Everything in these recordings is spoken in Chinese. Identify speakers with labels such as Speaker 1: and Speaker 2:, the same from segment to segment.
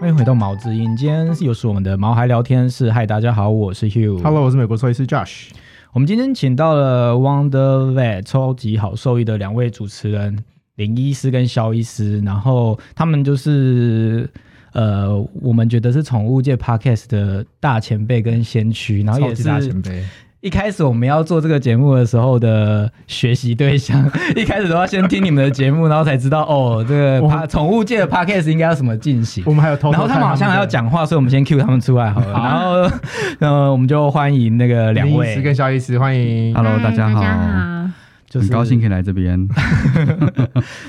Speaker 1: 欢迎回到毛之音，今天又是我们的毛孩聊天室。嗨，大家好，我是 Hugh。
Speaker 2: Hello，我是美国兽医师 Josh。
Speaker 1: 我们今天请到了 Wonder Vet 超级好兽医的两位主持人林医师跟肖医师，然后他们就是呃，我们觉得是宠物界 Podcast 的大前辈跟先驱，然后
Speaker 2: 超
Speaker 1: 也
Speaker 2: 级大前
Speaker 1: 是
Speaker 2: 辈，
Speaker 1: 一开始我们要做这个节目的时候的学习对象， 一开始都要先听你们的节目，然后才知道哦，这个
Speaker 2: 我
Speaker 1: pa- 宠物界的 Podcast 应该要怎么进行。
Speaker 2: 我们嗯还有偷偷
Speaker 1: 然后他们好像还要讲话，所以我们先 Q 他们出来好了。然后，呃，我们就欢迎那个
Speaker 2: 看他
Speaker 1: 两
Speaker 2: 们的林医师
Speaker 1: 位，啊
Speaker 2: 跟肖医师，欢迎。
Speaker 3: Hello，
Speaker 4: 嗨
Speaker 3: 大家好，
Speaker 4: 好。
Speaker 1: 就是
Speaker 3: 很高兴可以来这边。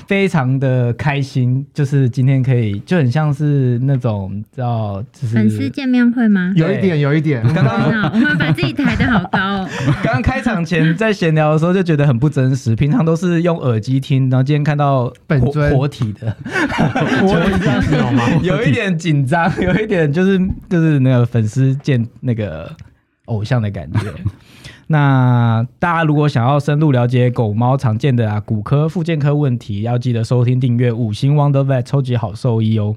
Speaker 1: 非常的开心，就是今天可以就很像是那种叫就是
Speaker 4: 粉丝见面会吗？
Speaker 2: 有一点，有一 点，
Speaker 1: 刚刚
Speaker 4: 哇，我们把自己抬得好高哦。
Speaker 1: 刚刚开场前在闲聊的时候就觉得很不真实，平常都是用耳机听，然后今天看到
Speaker 2: 本
Speaker 1: 活
Speaker 2: 尊
Speaker 1: 活体 的，
Speaker 2: 我会这样 形容吗？
Speaker 1: 有一点紧张，有一点就是就是那个粉丝见那个偶像的感觉。那大家如果想要深入了解狗猫常见的啊骨科、附件科问题，要记得收听订阅五星 Wonder Vet 超级好兽医哦。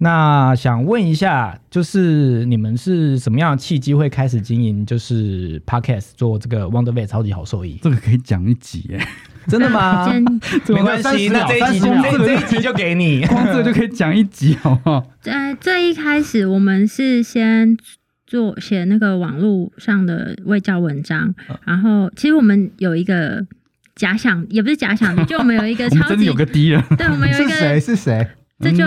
Speaker 1: 那想问一下，就是你们是什么样的契机会开始经营就是 Podcast 做这个 Wonder Vet 超级好兽医？
Speaker 3: 这个可以讲一集耶，
Speaker 1: 真的吗？
Speaker 4: 真
Speaker 1: 没关系，那这一集就
Speaker 3: 30秒
Speaker 1: 这这一集就给你。
Speaker 3: 光这个就可以讲一集，好不好？
Speaker 4: 在最一开始，我们是先做写那个网络上的卫教文章，
Speaker 1: 嗯
Speaker 4: 然后其实我们有一个假想，也不是假想敌，就我们有一个
Speaker 3: 我们
Speaker 4: 超
Speaker 3: 真的
Speaker 4: 级，
Speaker 3: 有个敌人，
Speaker 4: 对，我们有一
Speaker 2: 是谁？
Speaker 4: 个，
Speaker 2: 是谁？
Speaker 4: 这就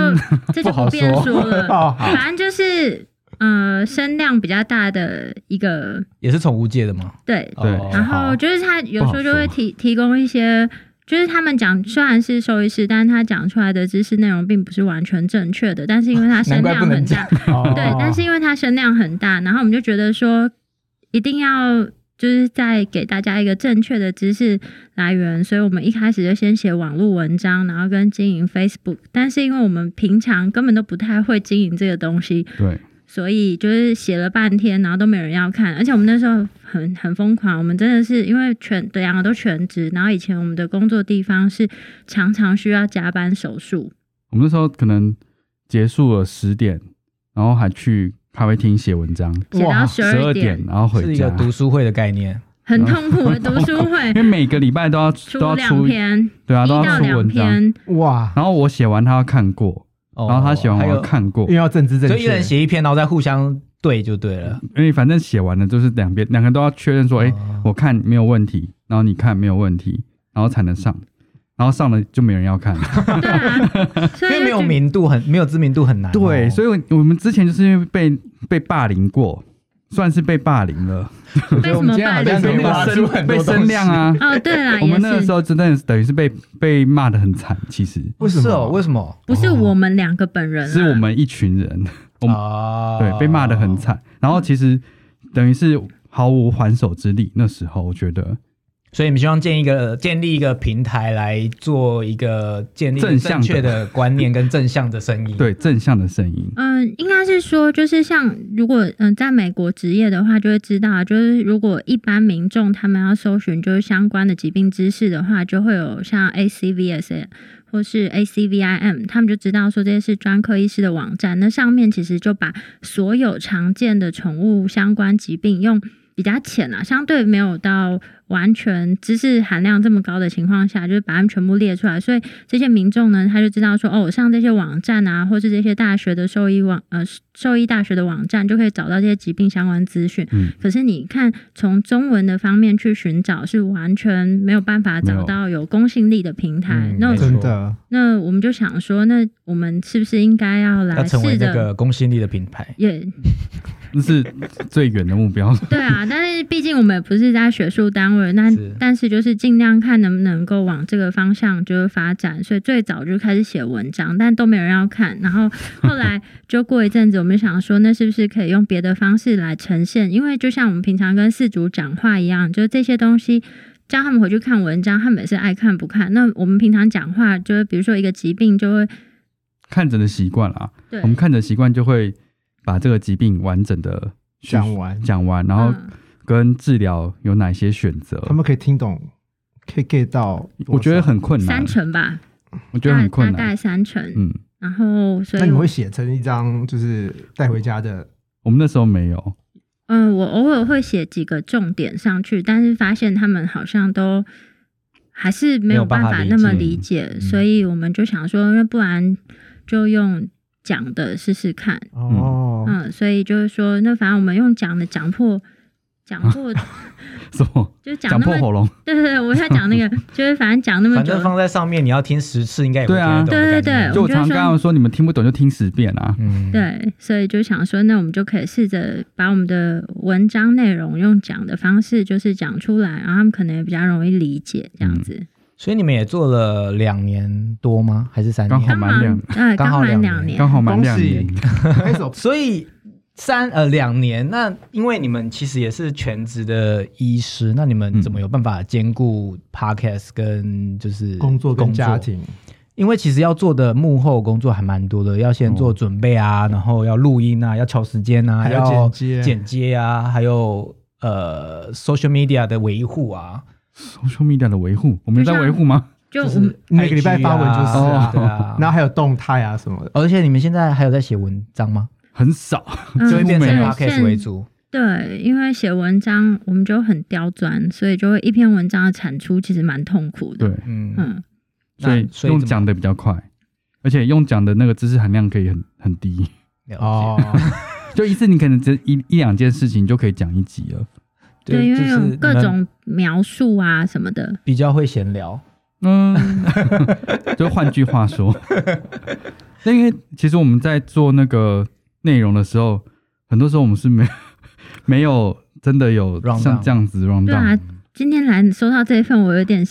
Speaker 4: 这就
Speaker 3: 不好
Speaker 4: 不便
Speaker 3: 说
Speaker 4: 说 了。
Speaker 2: 哦，好，
Speaker 4: 反正就是呃，声量比较大的一个
Speaker 1: 也是宠物界的吗？
Speaker 4: 对，
Speaker 3: 对
Speaker 1: 哦
Speaker 4: 然
Speaker 1: 好
Speaker 4: 后就是他有时候
Speaker 3: 不
Speaker 4: 就
Speaker 3: 好
Speaker 4: 会
Speaker 3: 说
Speaker 4: 提提供一些，就是他们讲虽然是兽医师，但是他讲出来的知识内容并不是完全正确的，但是因为他
Speaker 1: 难
Speaker 4: 声
Speaker 1: 怪不
Speaker 4: 量
Speaker 1: 能
Speaker 4: 很
Speaker 1: 讲
Speaker 4: 大，
Speaker 2: 哦
Speaker 4: 对，但是因为他声量很大，然后我们就觉得说一定要。就是再给大家一个正确的知识来源，所以我们一开始就先写网络文章，然后跟经营 Facebook。但是因为我们平常根本都不太会经营这个东西，
Speaker 3: 对，
Speaker 4: 所以就是写了半天，然后都没有人要看，而且我们那时候很很疯狂，我们真的是因为全两个都全职，然后以前我们的工作地方是常常需要加班手术，
Speaker 3: 我们那时候可能结束了十点，然后还去咖啡厅写文章，
Speaker 4: 写到
Speaker 2: 哇
Speaker 4: 十
Speaker 3: 十
Speaker 4: 二
Speaker 3: 二
Speaker 4: 点
Speaker 3: 点，，然后
Speaker 1: 是
Speaker 3: 回
Speaker 1: 一个
Speaker 3: 家，
Speaker 1: 读书会的概念。
Speaker 4: 很痛苦的读书
Speaker 3: 因
Speaker 4: 会，
Speaker 3: 为每个礼拜都要
Speaker 4: 出
Speaker 3: 都要
Speaker 4: 两
Speaker 3: 出，
Speaker 4: 篇，
Speaker 3: 对啊，
Speaker 4: 一
Speaker 3: 都
Speaker 4: 到
Speaker 3: 要出
Speaker 4: 两
Speaker 3: 文章。
Speaker 4: 篇，
Speaker 2: 哇，
Speaker 3: 然后我写完他要看过，
Speaker 1: 哦
Speaker 3: 然后他写完我
Speaker 1: 还
Speaker 3: 要
Speaker 1: 有，
Speaker 3: 看过
Speaker 2: 又，要政治正
Speaker 1: 所
Speaker 2: 确，
Speaker 1: 以一人写一篇，然后再互相对就对了。
Speaker 3: 因为反正写完了就是两边两个人都要确认说，哎，
Speaker 1: 哦
Speaker 3: 我看没有问题，然后你看没有问题，然后才能上，然后上了就没人 要看。
Speaker 4: 对啊，所
Speaker 1: 因
Speaker 4: 以
Speaker 1: 为没有
Speaker 4: 就觉
Speaker 1: 名度很没有知名度很难哦。
Speaker 3: 对，所以我我们之前就是因为被被霸凌过，算是被霸凌了，
Speaker 4: 得被什么霸
Speaker 1: 好
Speaker 4: 凌
Speaker 1: 像
Speaker 3: 被
Speaker 1: 被
Speaker 4: 过？
Speaker 1: 挖出很多
Speaker 3: 被
Speaker 1: 东西
Speaker 3: 声量 啊。
Speaker 4: 哦，对啦，
Speaker 3: 我
Speaker 4: 也
Speaker 3: 们那个时
Speaker 4: 是，
Speaker 3: 候真的是等于是被被骂的很惨，其实
Speaker 1: 为什么？为什么？
Speaker 4: 不是我们两个本人啦，
Speaker 3: 是我们一群人，我们
Speaker 1: 啊
Speaker 3: 对，被骂的很。惨。然后其实等于是毫无还手之力。那时候我觉得
Speaker 1: 所以你们希望建一个建立一个平台来做一个建立一个
Speaker 3: 正向
Speaker 1: 正确
Speaker 3: 的
Speaker 1: 的观念跟正向的声音。，
Speaker 3: 对正向的声音，
Speaker 4: 嗯，应该是说，就是像如果嗯，在美国职业的话，就会知道，啊就是如果一般民众他们要搜寻就是相关的疾病知识的话，就会有像 ACVS 或是 ACVIM，他们就知道说这些是专科医师的网站。那上面其实就把所有常见的宠物相关疾病用。比较浅啊，相对没有到完全知识含量这么高的情况下，就是把它们全部列出来，所以这些民众呢，他就知道说，哦，我上这些网站啊，或是这些大学的兽医网呃兽医大学的网站，就可以找到这些疾病相关资讯。
Speaker 3: 嗯
Speaker 4: 可是你看，从中文的方面去寻找，是完全没有办法
Speaker 3: 没
Speaker 4: 找
Speaker 3: 有
Speaker 4: 到有公信力的平台
Speaker 1: 嗯。
Speaker 4: 那
Speaker 1: 没错
Speaker 2: 真的
Speaker 4: 那我们就想说，那我们是不是应该要
Speaker 1: 要
Speaker 4: 来试
Speaker 1: 成为那
Speaker 4: 着？
Speaker 1: 个公信力的品牌。
Speaker 4: 也
Speaker 3: 那是最远的目标。
Speaker 4: 对啊，但是毕竟我们也不是在学术单位，那
Speaker 1: 是
Speaker 4: 但是就是尽量看能不能够往这个方向就是发展，所以最早就开始写文章，但都没有人要看。然后后来就过一阵子，我们想说，那是不是可以用别的方式来呈现？因为就像我们平常跟四主讲话一样，就是这些东西。叫他们回去看文章，他们也是爱看不看。那我们平常讲话，就是比如说一个疾病，就会
Speaker 3: 看着的习惯啦，
Speaker 4: 对
Speaker 3: 我们看着习惯就会把这个疾病完整的
Speaker 2: 讲完，
Speaker 3: 讲完，然后
Speaker 4: 嗯
Speaker 3: 跟治疗有哪些选择
Speaker 2: 他，们可以听懂，可以 get 到多少，
Speaker 3: 我觉得很困
Speaker 4: 三
Speaker 3: 难，
Speaker 4: 成吧，
Speaker 3: 我觉得很困
Speaker 4: 大大
Speaker 3: 难
Speaker 4: 概。三成。
Speaker 3: 嗯，
Speaker 4: 然后所
Speaker 2: 那
Speaker 4: 以
Speaker 2: 你
Speaker 4: 我
Speaker 2: 会写成一张就是带回家的，
Speaker 3: 我们那时候没有，
Speaker 4: 嗯，我偶尔会写几个重点上去，但是发现他们好像都还是没有办法那么理解，
Speaker 1: 嗯
Speaker 4: 所以我们就想说，那不然就用讲的试试看。
Speaker 2: 哦，
Speaker 4: 嗯，所以就是说，那反正我们用讲的讲破，讲破、
Speaker 3: 什么
Speaker 4: 就讲
Speaker 3: 讲
Speaker 4: 那
Speaker 3: 破
Speaker 4: 么，
Speaker 3: 喉咙？
Speaker 4: 对对对，我要讲那个，就是反正讲那么
Speaker 1: 反
Speaker 4: 久
Speaker 1: 正，放在上面，你要听十次，应该也会
Speaker 3: 嗯对
Speaker 1: 听
Speaker 3: 啊
Speaker 1: 得懂的
Speaker 4: 对对
Speaker 1: 感觉
Speaker 4: 对
Speaker 3: 就我常跟他们说，你们听不懂就听十遍啊。
Speaker 1: 嗯，
Speaker 4: 对，所以就想说，那我们就可以试着把我们的文章内容用讲的方式，就是讲出来，然后他们可能也比较容易理解这样子。
Speaker 1: 所以你们也做了两年多吗？还是三
Speaker 3: 刚好
Speaker 1: 年？
Speaker 4: 刚
Speaker 3: 满两
Speaker 4: 满呃
Speaker 1: 刚
Speaker 4: 刚
Speaker 1: 好
Speaker 4: 满
Speaker 1: 哦两
Speaker 4: 两
Speaker 1: 年
Speaker 4: 年，
Speaker 3: 刚好满两年，
Speaker 1: 嗯
Speaker 2: 开始有
Speaker 1: 所以三呃两年，那因为你们其实也是全职的医师，那你们
Speaker 3: 嗯
Speaker 1: 怎么有办法兼顾 podcast 跟就是
Speaker 2: 工作跟家？庭，
Speaker 1: 因为其实要做的幕后工作还蛮多的，要先做准备啊，然后要录音啊，要调时间啊，
Speaker 2: 还要
Speaker 1: 要
Speaker 2: 剪接
Speaker 1: 剪接啊，还有呃 social media 的维护啊，
Speaker 3: social media 的维护，我们有
Speaker 4: 就
Speaker 3: 在
Speaker 4: 像
Speaker 3: 维护吗？
Speaker 4: 就
Speaker 1: 就
Speaker 4: 我
Speaker 1: 是
Speaker 4: 们
Speaker 1: IG 啊
Speaker 2: 嗯每个礼拜发文就是
Speaker 3: 啊
Speaker 1: 对啊。
Speaker 2: 然后还有动态啊什么的，
Speaker 1: 而且你们现在还有在写文章吗？
Speaker 3: 很少，
Speaker 4: 嗯
Speaker 1: 就会变成
Speaker 4: 现
Speaker 1: podcast 为主。
Speaker 4: 对，因为写文章我们就很刁钻，所以就会一篇文章的产出其实蛮痛苦的。
Speaker 3: 对，
Speaker 1: 嗯，
Speaker 4: 嗯，
Speaker 3: 所以
Speaker 1: 那所以
Speaker 3: 用
Speaker 1: 怎么
Speaker 3: 讲的比较快，而且用讲的那个知识含量可以很很低，
Speaker 1: 了解
Speaker 2: 哦，
Speaker 3: 就一次你可能只一一两件事情就可以讲一集了。
Speaker 4: 对，因
Speaker 1: 就
Speaker 4: 为
Speaker 1: 是你
Speaker 4: 有各
Speaker 1: 们
Speaker 4: 种描述啊什么的。
Speaker 1: 比较会闲聊。
Speaker 3: 嗯，就换句话说，那因为其实我们在做那个内容的时候，很多时候我们是没 没有真的有
Speaker 1: Round down
Speaker 3: 像这样子 round
Speaker 4: 对
Speaker 3: down，
Speaker 4: 啊，今天来收到这一份，我有点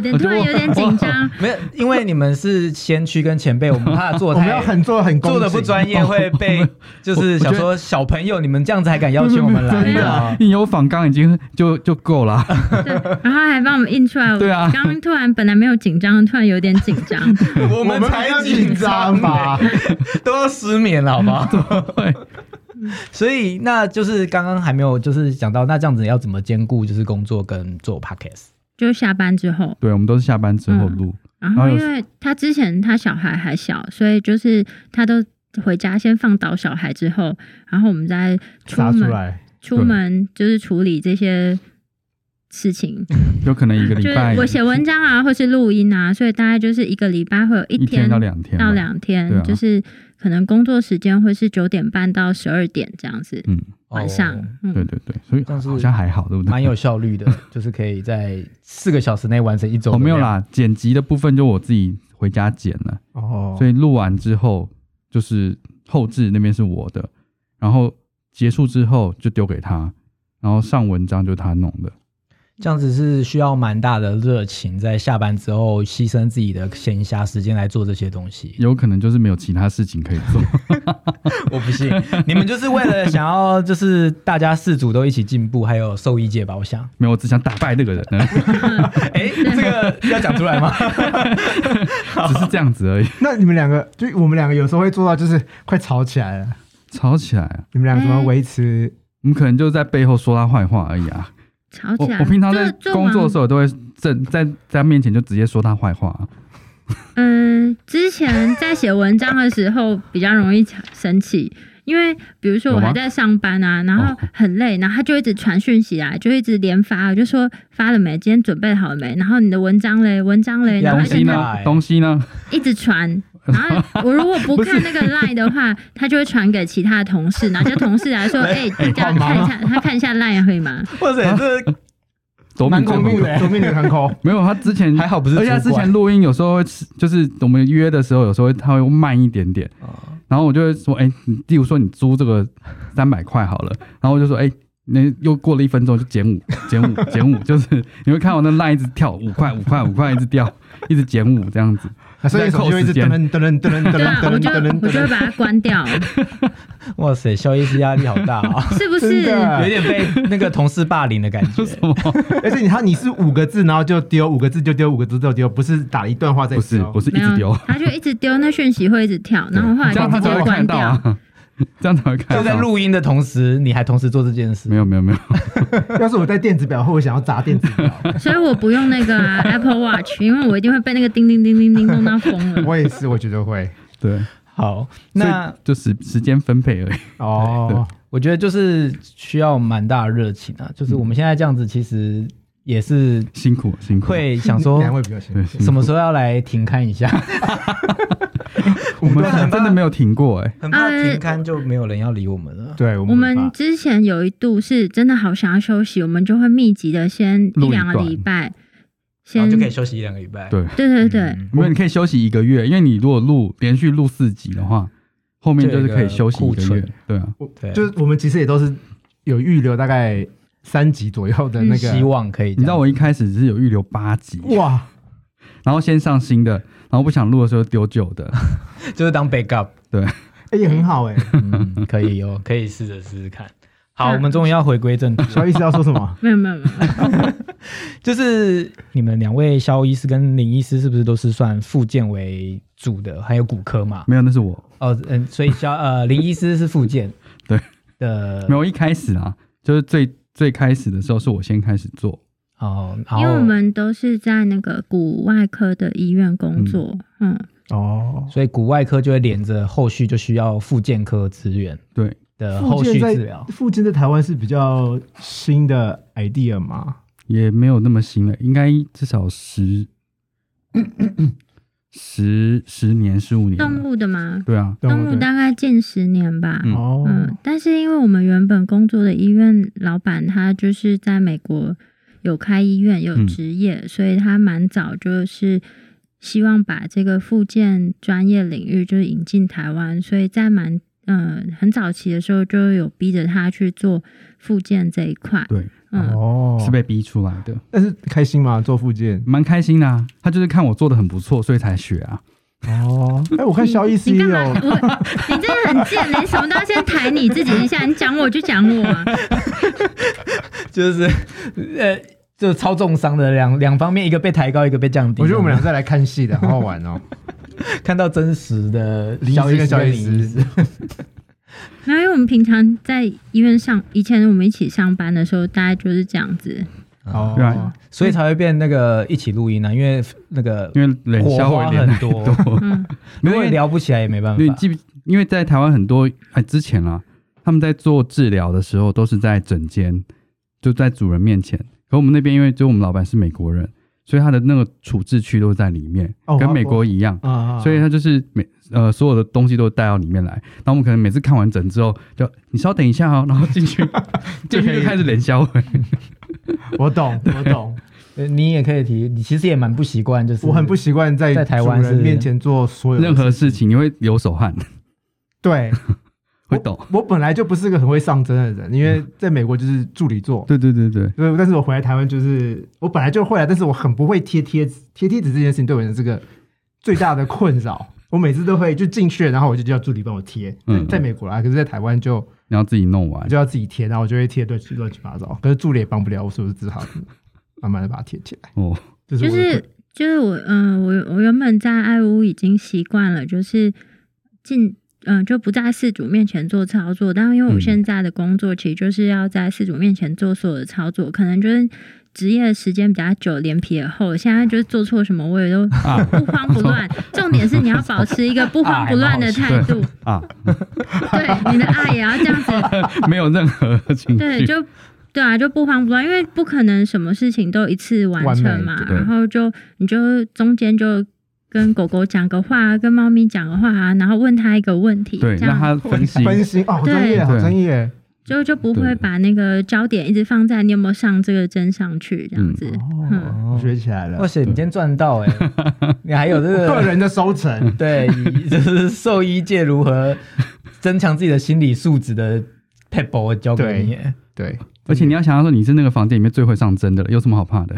Speaker 4: 点
Speaker 3: 我就
Speaker 4: 突然有点紧张。
Speaker 1: 没有，因为你们是先驱跟前辈，我们怕做
Speaker 2: 我们
Speaker 1: 太
Speaker 2: 要很做得很
Speaker 1: 做的不专
Speaker 2: 业，
Speaker 1: 业会被，就是想说小朋友，你们这样子还敢邀请我们 来？
Speaker 4: 真的
Speaker 1: 啊
Speaker 3: 你有仿刚已经就就够了啊。
Speaker 4: 对，然后还帮我们印出来。我
Speaker 3: 对啊
Speaker 4: 刚突然本来没有紧张，突然有点紧张。
Speaker 1: 我
Speaker 2: 我
Speaker 1: 们
Speaker 2: 们
Speaker 1: 才
Speaker 2: 要
Speaker 1: 紧
Speaker 2: 紧
Speaker 1: 张
Speaker 2: 张
Speaker 1: 吧，
Speaker 2: 吧？
Speaker 1: 都要失眠了，好不好？
Speaker 3: 对，
Speaker 1: 所以那就是刚刚还没有就是讲到，那这样子要怎么兼顾就是工作跟做 podcast？
Speaker 4: 就下班之后，
Speaker 3: 对，我们都是下班之后录，
Speaker 4: 然后
Speaker 3: 然后
Speaker 4: 因
Speaker 3: 有
Speaker 4: 为他之前他小孩还小，所以就是他都回家先放倒小孩之后，然后我们再出
Speaker 2: 杀出
Speaker 4: 门
Speaker 2: 来，
Speaker 4: 出门就是处理这些事情，
Speaker 3: 有可能一个礼
Speaker 4: 就是
Speaker 3: 拜，
Speaker 4: 我写文章啊，或是录音啊，所以大概就是一个礼拜会有一
Speaker 3: 一天
Speaker 4: 天
Speaker 3: 到两天吧，
Speaker 4: 到两天，
Speaker 3: 对啊
Speaker 4: 就是可能工作时间会是九点半到十二点这样子，
Speaker 3: 嗯，
Speaker 4: 晚上、
Speaker 1: 哦
Speaker 3: 对
Speaker 4: 嗯。
Speaker 3: 对对，所以
Speaker 1: 但是
Speaker 3: 好像还好，对不对？
Speaker 1: 蛮有效率的，就是可以在四个小时内完成一周。
Speaker 3: 哦，没有，啦，剪辑的部分就我自己回家剪了，
Speaker 2: 哦，
Speaker 3: 所以录完之后就是后置那边是我的，然后结束之后就丢给他，然后上文章就他弄的。
Speaker 1: 这样子是需要蛮大的热情，在下班之后牺牲自己的闲暇时间来做这些东西。
Speaker 3: 有可能就是没有其他事情可以做，
Speaker 1: 我不信，你们就是为了想要，就是大家四组都一起进步，还有受益界吧？我想，
Speaker 3: 没有，我只想打败那个人而已，
Speaker 1: 哎、这个要讲出来吗？
Speaker 3: 只是这样子而已。
Speaker 2: 那你们两个，就我们两个有时候会做到，就是快吵起来了。
Speaker 3: 吵起来啊，
Speaker 2: 你们俩怎么维持？
Speaker 3: 我们可能就在背后说他坏话而已啊。
Speaker 4: 吵
Speaker 3: 我
Speaker 4: 起来。
Speaker 3: 我平常
Speaker 4: 做
Speaker 3: 在
Speaker 4: 做
Speaker 3: 工
Speaker 4: 完
Speaker 3: 作的时候都会正在在他面前就直接说他坏话啊、
Speaker 4: 嗯，之前在写文章的时候比较容易生气，因为比如说我
Speaker 3: 有吗
Speaker 4: 还在上班啊，然后很累，然后他就一直传讯息啊，就一直连发，就说发了没，今天准备好了没，然后你的文章嘞，文章嘞，
Speaker 1: 呀
Speaker 4: 然后
Speaker 3: 东
Speaker 4: 他
Speaker 3: 西
Speaker 4: 就
Speaker 1: 我现在
Speaker 3: 呢？东西呢？
Speaker 4: 一直传。然后我如果不看那个 line 的话，他就会传给其他的同事，哪些同事来说，哎，大家看
Speaker 2: 好忙
Speaker 4: 一
Speaker 2: 啊
Speaker 4: 下，他看一下 line 可以吗？
Speaker 1: 哇塞，这
Speaker 3: 左
Speaker 1: 蛮
Speaker 3: 边
Speaker 1: 恐怖的
Speaker 2: 左边有很抠，
Speaker 3: 没有，他之前
Speaker 1: 还好不是主
Speaker 3: 而且
Speaker 1: 管，
Speaker 3: 他之前录音有时候会迟，就是我们约的时候，有时候他会慢一点点，
Speaker 1: 哦
Speaker 3: 然后我就会说，哎、你例如说你租这个三百块好了，然后我就说，哎、那又过了一分钟就减五，减 五，减五，就是你会看我那 line 一直跳五块，五块，五块一直掉，一直减五这样子。
Speaker 2: 所以手机会一直噔噔噔噔噔噔
Speaker 4: 对啊，我
Speaker 2: 噔噔
Speaker 4: 就
Speaker 2: 噔
Speaker 4: 我就会
Speaker 2: 噔。
Speaker 4: 把它关掉，
Speaker 1: 哇塞，肖医师压力好大啊、
Speaker 4: 是不
Speaker 2: 真
Speaker 4: 是？
Speaker 2: 的
Speaker 1: 有点被那个同事霸凌的感觉
Speaker 3: 说。什么？
Speaker 2: 而且你看，你是五个字，然后就丢五个字，就丢五个字，就丢，不是打一段
Speaker 1: 哎
Speaker 2: 话再
Speaker 3: 不是，
Speaker 2: 丢
Speaker 3: 我是一
Speaker 4: 没有
Speaker 3: 直丢，，
Speaker 4: 他就一直丢，那讯息会一直跳，然后后
Speaker 3: 这
Speaker 4: 来就
Speaker 3: 样
Speaker 4: 直
Speaker 3: 他才
Speaker 4: 接
Speaker 3: 会看
Speaker 4: 关
Speaker 3: 到
Speaker 4: 掉。
Speaker 3: 啊，这样才会看到。
Speaker 1: 就在录音的同时，你还同时做这件事
Speaker 3: 没，有没有没有，
Speaker 2: 要是我在电子表后，我想要砸电子表，
Speaker 4: 所以我不用那个、啊、Apple Watch，因为我一定会被那个叮叮叮叮叮弄到疯了。
Speaker 2: 我也是，我觉得会。
Speaker 3: 对，
Speaker 1: 好，那
Speaker 3: 所以就时时间分配而已。
Speaker 2: 哦，
Speaker 1: 我觉得就是需要蛮大的热情啊，就是我们现在这样子，其实也是
Speaker 3: 辛苦辛苦，
Speaker 1: 会想说
Speaker 2: 两位比较辛
Speaker 3: 对，
Speaker 2: 苦，
Speaker 3: 辛苦
Speaker 1: 什么时候要来停刊一 下，
Speaker 3: 我们真的真的没有停过哎、
Speaker 1: 很怕停刊就没有人要理我们了。
Speaker 2: 对我
Speaker 4: 我
Speaker 2: 们
Speaker 4: 们之前有一度是真的好想要休息，我们就会密集的先
Speaker 3: 录
Speaker 4: 一
Speaker 3: 一
Speaker 4: 两个
Speaker 3: 段
Speaker 4: 礼拜，
Speaker 1: 然
Speaker 4: 先
Speaker 1: 后就可以休息一两个礼拜。嗯
Speaker 3: 对
Speaker 4: 对对对，
Speaker 3: 没有，你可以休息一个月，因为你如果录连续录四集的话，后面就是可以休息一
Speaker 1: 就有
Speaker 3: 个
Speaker 1: 一个库
Speaker 3: 月。对啊，
Speaker 1: 对，
Speaker 2: 就是我们其实也都是有预留大概三集左右的那个
Speaker 1: 希望可以。
Speaker 3: 你知道我一开始是有预留八集，
Speaker 2: 哇，
Speaker 3: 然后先上新的，然后不想录的时候丢旧的。
Speaker 1: 就是当 backup，
Speaker 2: 哎也很好哎，
Speaker 1: 嗯，可以哦，可以试着试试看。好，
Speaker 4: 嗯
Speaker 1: 我们终于要回归正题了，
Speaker 2: 小意思要说什么？
Speaker 4: 没有没有没有，
Speaker 1: 就是你们两位肖医师跟林医师是不是都是算复健为主的，还有骨科嘛？
Speaker 3: 没有，那是我
Speaker 1: 哦，嗯，所以肖 呃林医师是复健
Speaker 3: 对
Speaker 1: 的
Speaker 3: 没，有一开始啊，就是最最开始的时候是我先开始做，
Speaker 1: 哦，然
Speaker 4: 因为我
Speaker 1: 后
Speaker 4: 们都是在那个骨外科的医院工作，嗯，
Speaker 2: 哦，
Speaker 1: 所以骨外科就会连着后续就需要复健科资源
Speaker 3: 对，
Speaker 1: 的后
Speaker 2: 附
Speaker 1: 续
Speaker 2: 近
Speaker 1: 治疗
Speaker 2: 在。附近在台湾是比较新的 idea 嘛？
Speaker 3: 也没有那么新了，应该至少十十十年十五年
Speaker 4: 动
Speaker 3: 了。
Speaker 4: 物的嘛，
Speaker 3: 对啊，
Speaker 2: 动物
Speaker 4: 动
Speaker 2: 的
Speaker 4: 物大概近十年吧，
Speaker 3: 嗯
Speaker 2: 哦，
Speaker 4: 嗯，但是因为我们原本工作的医院老板他就是在美国有开医院有
Speaker 3: 嗯
Speaker 4: 职业，所以他蛮早就是希望把这个复健专业领域就是引进台湾，所以在蛮嗯、很早期的时候就有逼着他去做复健这一块，
Speaker 3: 对，
Speaker 4: 嗯，
Speaker 2: 哦，
Speaker 3: 是被逼出来的，
Speaker 2: 但是开心吗？做附件
Speaker 3: 蛮开心的、啊。他就是看我做的很不错，所以才学啊。
Speaker 2: 哦，哎，我看小意思哦
Speaker 4: 你
Speaker 2: 也
Speaker 4: 干嘛？
Speaker 2: 有，
Speaker 4: 我你真的很贱，欸你什么都要先抬你自己一下，你讲我就讲我、啊，
Speaker 1: 就是 呃，就超重伤的两两方面，一个被抬高，一个被降低。
Speaker 2: 我觉得我们俩再来看戏的，好好玩 哦。
Speaker 1: 看到真实的
Speaker 2: 林医师跟小医 师，
Speaker 4: 那因为我们平常在医院上，以前我们一起上班的时候，大概就是这样子。
Speaker 1: 哦，
Speaker 3: 对啊，
Speaker 1: 所以才会变那个一起录音呢、啊，因为那个
Speaker 3: 因为冷
Speaker 1: 火
Speaker 3: 销
Speaker 1: 花
Speaker 3: 会连
Speaker 1: 很
Speaker 3: 很
Speaker 1: 多，
Speaker 4: 嗯，
Speaker 1: 如
Speaker 3: 没
Speaker 1: 果
Speaker 3: 有
Speaker 1: 聊不起来也没办
Speaker 3: 因为你
Speaker 1: 法。
Speaker 3: 记不，因为在台湾很多哎之前啦、他们在做治疗的时候都是在诊间，就在主人面前。可我们那边因为就我们老板是美国人，所以他的那个处置区都在里面，
Speaker 2: 哦
Speaker 3: 跟
Speaker 2: 我
Speaker 3: 美国一样。
Speaker 2: 啊
Speaker 3: 所以他就是每呃所有的东西都带到里面来，然后我们可能每次看完整之后，就你稍等一下哦，然后进 去进去就开始冷销会，
Speaker 2: 我懂， 我懂，
Speaker 1: 呃你也可以提，你其实也蛮不习惯，就是
Speaker 2: 我很不习惯在
Speaker 1: 在台湾
Speaker 2: 主人
Speaker 1: 是
Speaker 2: 面前做所有的
Speaker 3: 任何事情你会流手汗，
Speaker 2: 对，
Speaker 3: 会抖。
Speaker 2: 我本来就不是个很会上针的人，因为在美国就是助理做，
Speaker 3: 对对对对，
Speaker 2: 对，但是我回来台湾就是我本来就会啊，但是我很不会贴贴纸，贴贴纸这件事情对我的这个最大的困扰。我每次都会就进去，然后我就叫助理帮我贴。
Speaker 3: 嗯
Speaker 2: 在美国啦，可是在台湾就
Speaker 3: 你要自己弄完
Speaker 2: 我就。要自己贴，然后我就会贴乱七乱七八糟。可是助理也帮不了我，所以我就只好慢慢的把它贴起来。
Speaker 3: 哦，
Speaker 2: 这是
Speaker 4: 就
Speaker 2: 我的
Speaker 4: 是就是我嗯、我我原本在爱屋已经习惯了，就是进嗯、就不在事主面前做操作，但因为我
Speaker 3: 嗯
Speaker 4: 现在的工作其实就是要在事主面前做所有的操作，可能就是。职业的时间比较久，脸皮也厚。现在就是做错什么，我也都
Speaker 3: 啊
Speaker 4: 不慌不 乱。重点是你要保持一个不慌不乱的态度，
Speaker 3: 啊，
Speaker 4: 对你的爱也要这样子
Speaker 3: 没有任何情
Speaker 4: 对，
Speaker 3: 绪，
Speaker 4: 就对啊，就不慌不乱，因为不可能什么事情都一次完成嘛
Speaker 2: 完。
Speaker 3: 对
Speaker 4: 然后就你就中间就跟狗狗讲个话，啊跟猫咪讲个话，啊然后问它一个问题，
Speaker 3: 对，
Speaker 4: 这
Speaker 3: 让
Speaker 4: 样
Speaker 3: 他分析。
Speaker 2: 分心哦，好专业，
Speaker 4: 对
Speaker 2: 好专业。
Speaker 4: 就就不
Speaker 3: 对
Speaker 4: 会把那个焦点一直放在你有没有上这个针上去这样子。
Speaker 3: 嗯
Speaker 4: 嗯
Speaker 2: 哦，我学起来
Speaker 1: 哇
Speaker 2: 了。
Speaker 1: 塞，你今天赚到哎、 你还有这
Speaker 2: 个
Speaker 1: 个
Speaker 2: 人的收成
Speaker 1: 对，以就是兽医界如何增强自己的心理素质的 p e b b l 交给你、
Speaker 2: 对，
Speaker 3: 而且你要想要说你是那个房间里面最会上针的了，有什么好怕的？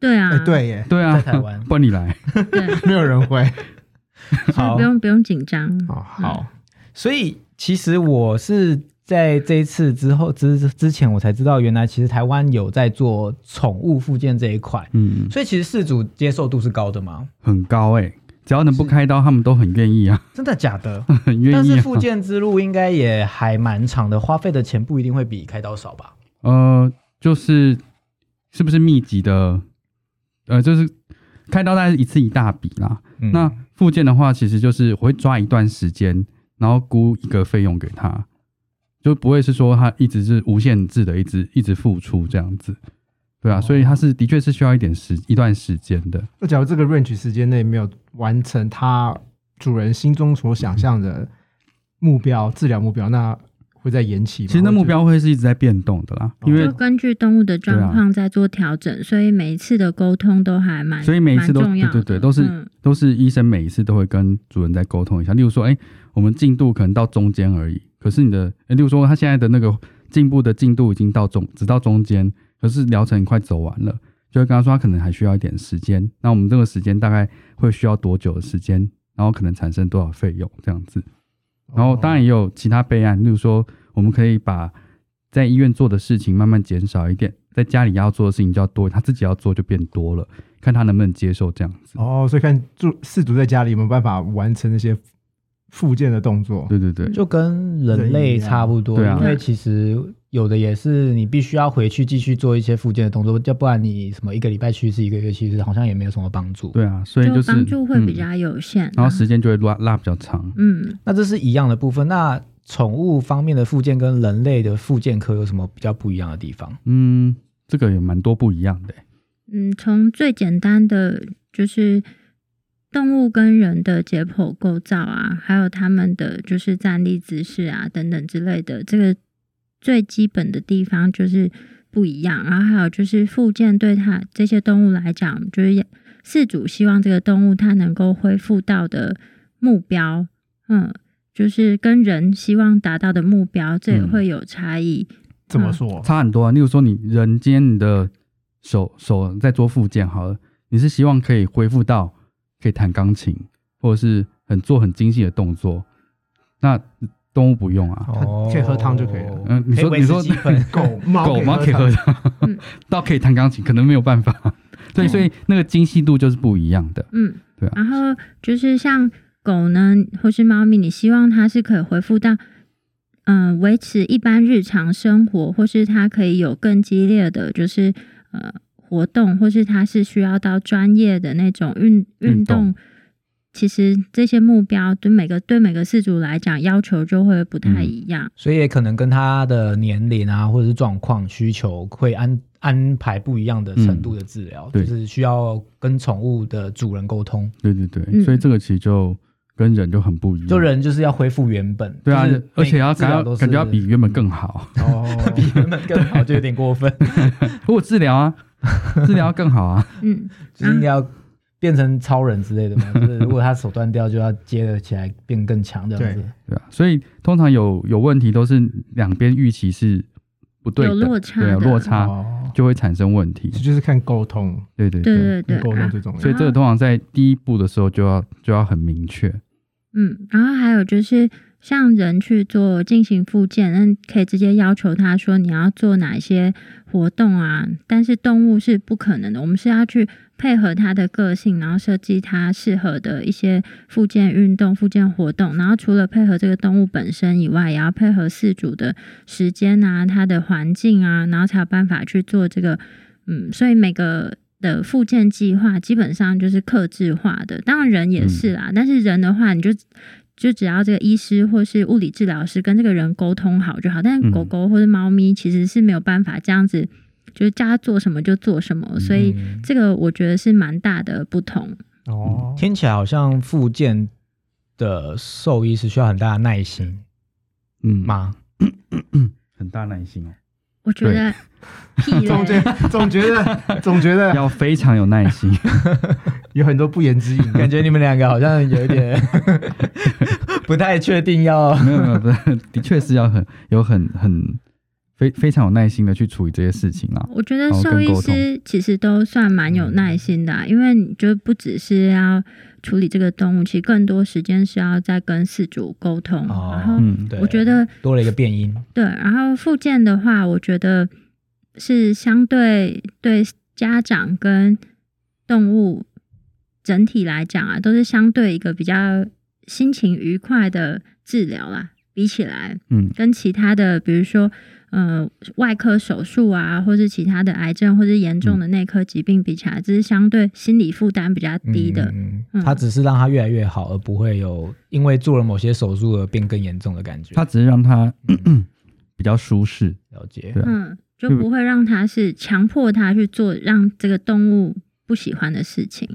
Speaker 4: 对
Speaker 2: 哎
Speaker 4: 啊，
Speaker 2: 对耶，
Speaker 3: 对啊
Speaker 1: 在台 湾，
Speaker 3: 不然你来。
Speaker 4: 对，
Speaker 2: 没有人会。
Speaker 4: 所以
Speaker 1: 好
Speaker 4: 不用不用紧张。
Speaker 2: 哦，好，
Speaker 1: 所以其实我是在这一次之后之之前，我才知道原来其实台湾有在做宠物附件这一块，
Speaker 3: 嗯，
Speaker 1: 所以其实事主接受度是高的吗？
Speaker 3: 很高哎、只要能不开刀，他们都很愿意啊，
Speaker 1: 真的假的？
Speaker 3: 很愿
Speaker 1: 但
Speaker 3: 意
Speaker 1: 是
Speaker 3: 啊。
Speaker 1: 附件之路应该也还蛮长的，花费的钱不一定会比开刀少吧？
Speaker 3: 呃，就是是不是密集的？呃，就是开刀大概一次一大笔啦。
Speaker 1: 嗯
Speaker 3: 那附件的话，其实就是我会抓一段时间，然后估一个费用给他，就不会是说他一直是无限制的，一直一直付出这样子。对啊，所以他是的确是需要一点时一段时间的。
Speaker 2: 那假如这个 range 时间内没有完成他主人心中所想象的目标、治疗目标，那会再延期吗？
Speaker 3: 其实那
Speaker 2: 或者
Speaker 3: 目标会是一直在变动的啦，因为
Speaker 4: 就根据动物的
Speaker 3: 啊
Speaker 4: 状况在做调整，所以每一次的沟通都还蛮，
Speaker 3: 所以每一次都
Speaker 4: 蛮重要的
Speaker 3: 对对对都是
Speaker 4: 嗯
Speaker 3: 都是医生每一次都会跟主人再沟通一下。例如说，哎、我们进度可能到中间而已，可是你的，哎、例如说他现在的那个进步的进度已经到中，只到中间，可是疗程快走完了，就会跟他说他可能还需要一点时间。那我们这个时间大概会需要多久的时间？然后可能产生多少费用这样子？然
Speaker 2: 哦
Speaker 3: 后当然也有其他备案，例如说我们可以把在医院做的事情慢慢减少一点，在家里要做的事情就要多，他自己要做就变多了，看他能不能接受这样子。
Speaker 2: 哦，所以看住四主在家里有没有办法完成那些附件的动作。
Speaker 3: 对对对，
Speaker 1: 就跟人类差不多，
Speaker 3: 对啊
Speaker 1: 因为其实有的也是你必须要回去继续做一些复健的动作，要不然你什么一个礼拜去一次，一个月去一次，好像也没有什么帮助。
Speaker 3: 对啊，所以
Speaker 4: 就是帮助会比、
Speaker 3: 嗯
Speaker 4: 较有限啊、
Speaker 3: 然后时间就会拉拉比较长。
Speaker 4: 嗯，
Speaker 1: 那这是一样的部分。那宠物方面的复健跟人类的复健科有什么比较不一样的地方？
Speaker 3: 嗯，这个也蛮多不一样的欸、
Speaker 4: 嗯，从最简单的就是动物跟人的解剖构造啊，还有它们的就是站立姿势啊等等之类的，这个最基本的地方就是不一样。然后还有就是附件对它这些动物来讲，就是饲主希望这个动物它能够恢复到的目标，嗯，就是跟人希望达到的目标，这也
Speaker 3: 嗯
Speaker 4: 会有差异。
Speaker 2: 怎么
Speaker 4: 嗯
Speaker 2: 说？
Speaker 3: 差很多啊。例如说，你人今天你的手手在做复健好了，你是希望可以恢复到可以弹钢琴，或者是很做很精细的动作，那动物不用啊。
Speaker 2: 哦可以喝汤就可以了
Speaker 3: 嗯你说
Speaker 1: 可以维持
Speaker 3: 你说
Speaker 1: 基 本
Speaker 2: 狗猫
Speaker 3: 狗嘛可以喝
Speaker 2: 汤
Speaker 3: 的，
Speaker 4: 嗯
Speaker 3: 到可以弹钢琴，可能没有办 法。对，所以那个精细度就是不一样的。
Speaker 4: 嗯，
Speaker 3: 对啊
Speaker 4: 然后就是像狗呢，或是猫咪，你希望它是可以恢复到，嗯、维持一般日常生活，或是它可以有更激烈的，就是呃活动，或是它是需要到专业的那种运
Speaker 3: 运
Speaker 4: 运
Speaker 3: 动
Speaker 4: 动。其实这些目标对每个对每个饲主来讲要求就会不
Speaker 3: 嗯
Speaker 4: 太一样。
Speaker 1: 所以也可能跟他的年龄啊，或者是状况需求，会安安排不一样的程度的治疗，
Speaker 3: 嗯
Speaker 1: 就是需要跟宠物的主人沟通。
Speaker 3: 对对对，
Speaker 4: 嗯
Speaker 3: 所以这个其实就跟人就很不一样。
Speaker 1: 就人就是要恢复原本，
Speaker 3: 嗯对啊
Speaker 1: 就是每，
Speaker 3: 而且要
Speaker 1: 治疗
Speaker 3: 感
Speaker 1: 都是
Speaker 3: 感觉要比原本 更好。
Speaker 2: 哦，
Speaker 1: 比原本更好，就有点过分，
Speaker 3: 如果治 疗啊，治疗更好啊。
Speaker 4: 嗯，
Speaker 1: 就是应该要变成超人之类的嘛。就是如果他手断掉，就要接了起来，变更强这样子。
Speaker 3: 对啊，所以通常有有问题都是两边预期是不对的，
Speaker 4: 有落差
Speaker 3: 对，
Speaker 4: 的
Speaker 3: 有落差
Speaker 2: 哦，
Speaker 3: 就会产生问题
Speaker 2: 这。就是看沟通，
Speaker 3: 对对
Speaker 4: 对
Speaker 3: 对，
Speaker 4: 对对，
Speaker 2: 沟
Speaker 4: 啊
Speaker 2: 通最重要。
Speaker 3: 所以这个通常在第一步的时候就要就要很明确。
Speaker 4: 嗯，然后还有就是像人去做进行复健，那可以直接要求他说你要做哪些活动啊，但是动物是不可能的，我们是要去配合它的个性，然后设计它适合的一些复健运动、复健活动，然后除了配合这个动物本身以外，也要配合饲主的时间啊、它的环境啊，然后才有办法去做这个。嗯，所以每个的复健计划基本上就是克制化的，当然人也是啦，但是人的话，你就就只要这个医师或是物理治疗师跟这个人沟通好就好，但是
Speaker 3: 嗯
Speaker 4: 狗狗或者猫咪其实是没有办法这样子，就是叫它做什么就做什么，所以
Speaker 1: 嗯
Speaker 4: 这个我觉得是蛮大的不同。
Speaker 2: 哦，
Speaker 1: 听起来好像复健的兽医是需要很大的耐心
Speaker 3: 嗯，
Speaker 1: 吗？
Speaker 3: 很大耐心哦，
Speaker 4: 我 觉得屁
Speaker 2: 总
Speaker 4: 嘞
Speaker 2: 觉，总觉得 总觉得
Speaker 3: 要非常有耐心。
Speaker 2: 有很多不言之隐。 啊
Speaker 1: 感觉你们两个好像有一 点不太确定要。
Speaker 3: 没有没有，不是，的确是要很有很很非非常有耐心的去处理这些事情啊啦。
Speaker 4: 我觉得
Speaker 3: 然后
Speaker 4: 兽
Speaker 3: 哦跟
Speaker 4: 医
Speaker 3: 沟通嗯
Speaker 4: 师其实都算蛮有耐心的啊、因为你就不只是要处理这个动物，其实更多时间是要在跟饲主沟通。
Speaker 1: 哦
Speaker 4: 然后
Speaker 3: 嗯，
Speaker 1: 对
Speaker 4: 我觉得
Speaker 1: 多了一个变音，
Speaker 4: 对，然后附件的话，我觉得是相对对家长跟动物整体来讲啊，都是相对一个比较心情愉快的治疗啦。比起来，
Speaker 3: 嗯，
Speaker 4: 跟其他的，比如说呃外科手术啊，或是其他的癌症或是严重的内科疾病比起来，这是相对心理负担比较低的。
Speaker 1: 嗯
Speaker 4: 嗯
Speaker 1: 它只是让它越来越好，而不会有因为做了某些手术而变更严重的感觉。
Speaker 3: 它只是让它比较舒适，
Speaker 1: 了解，
Speaker 3: 对
Speaker 4: 嗯，就不会让他是强迫他去做让这个动物不喜欢的事情。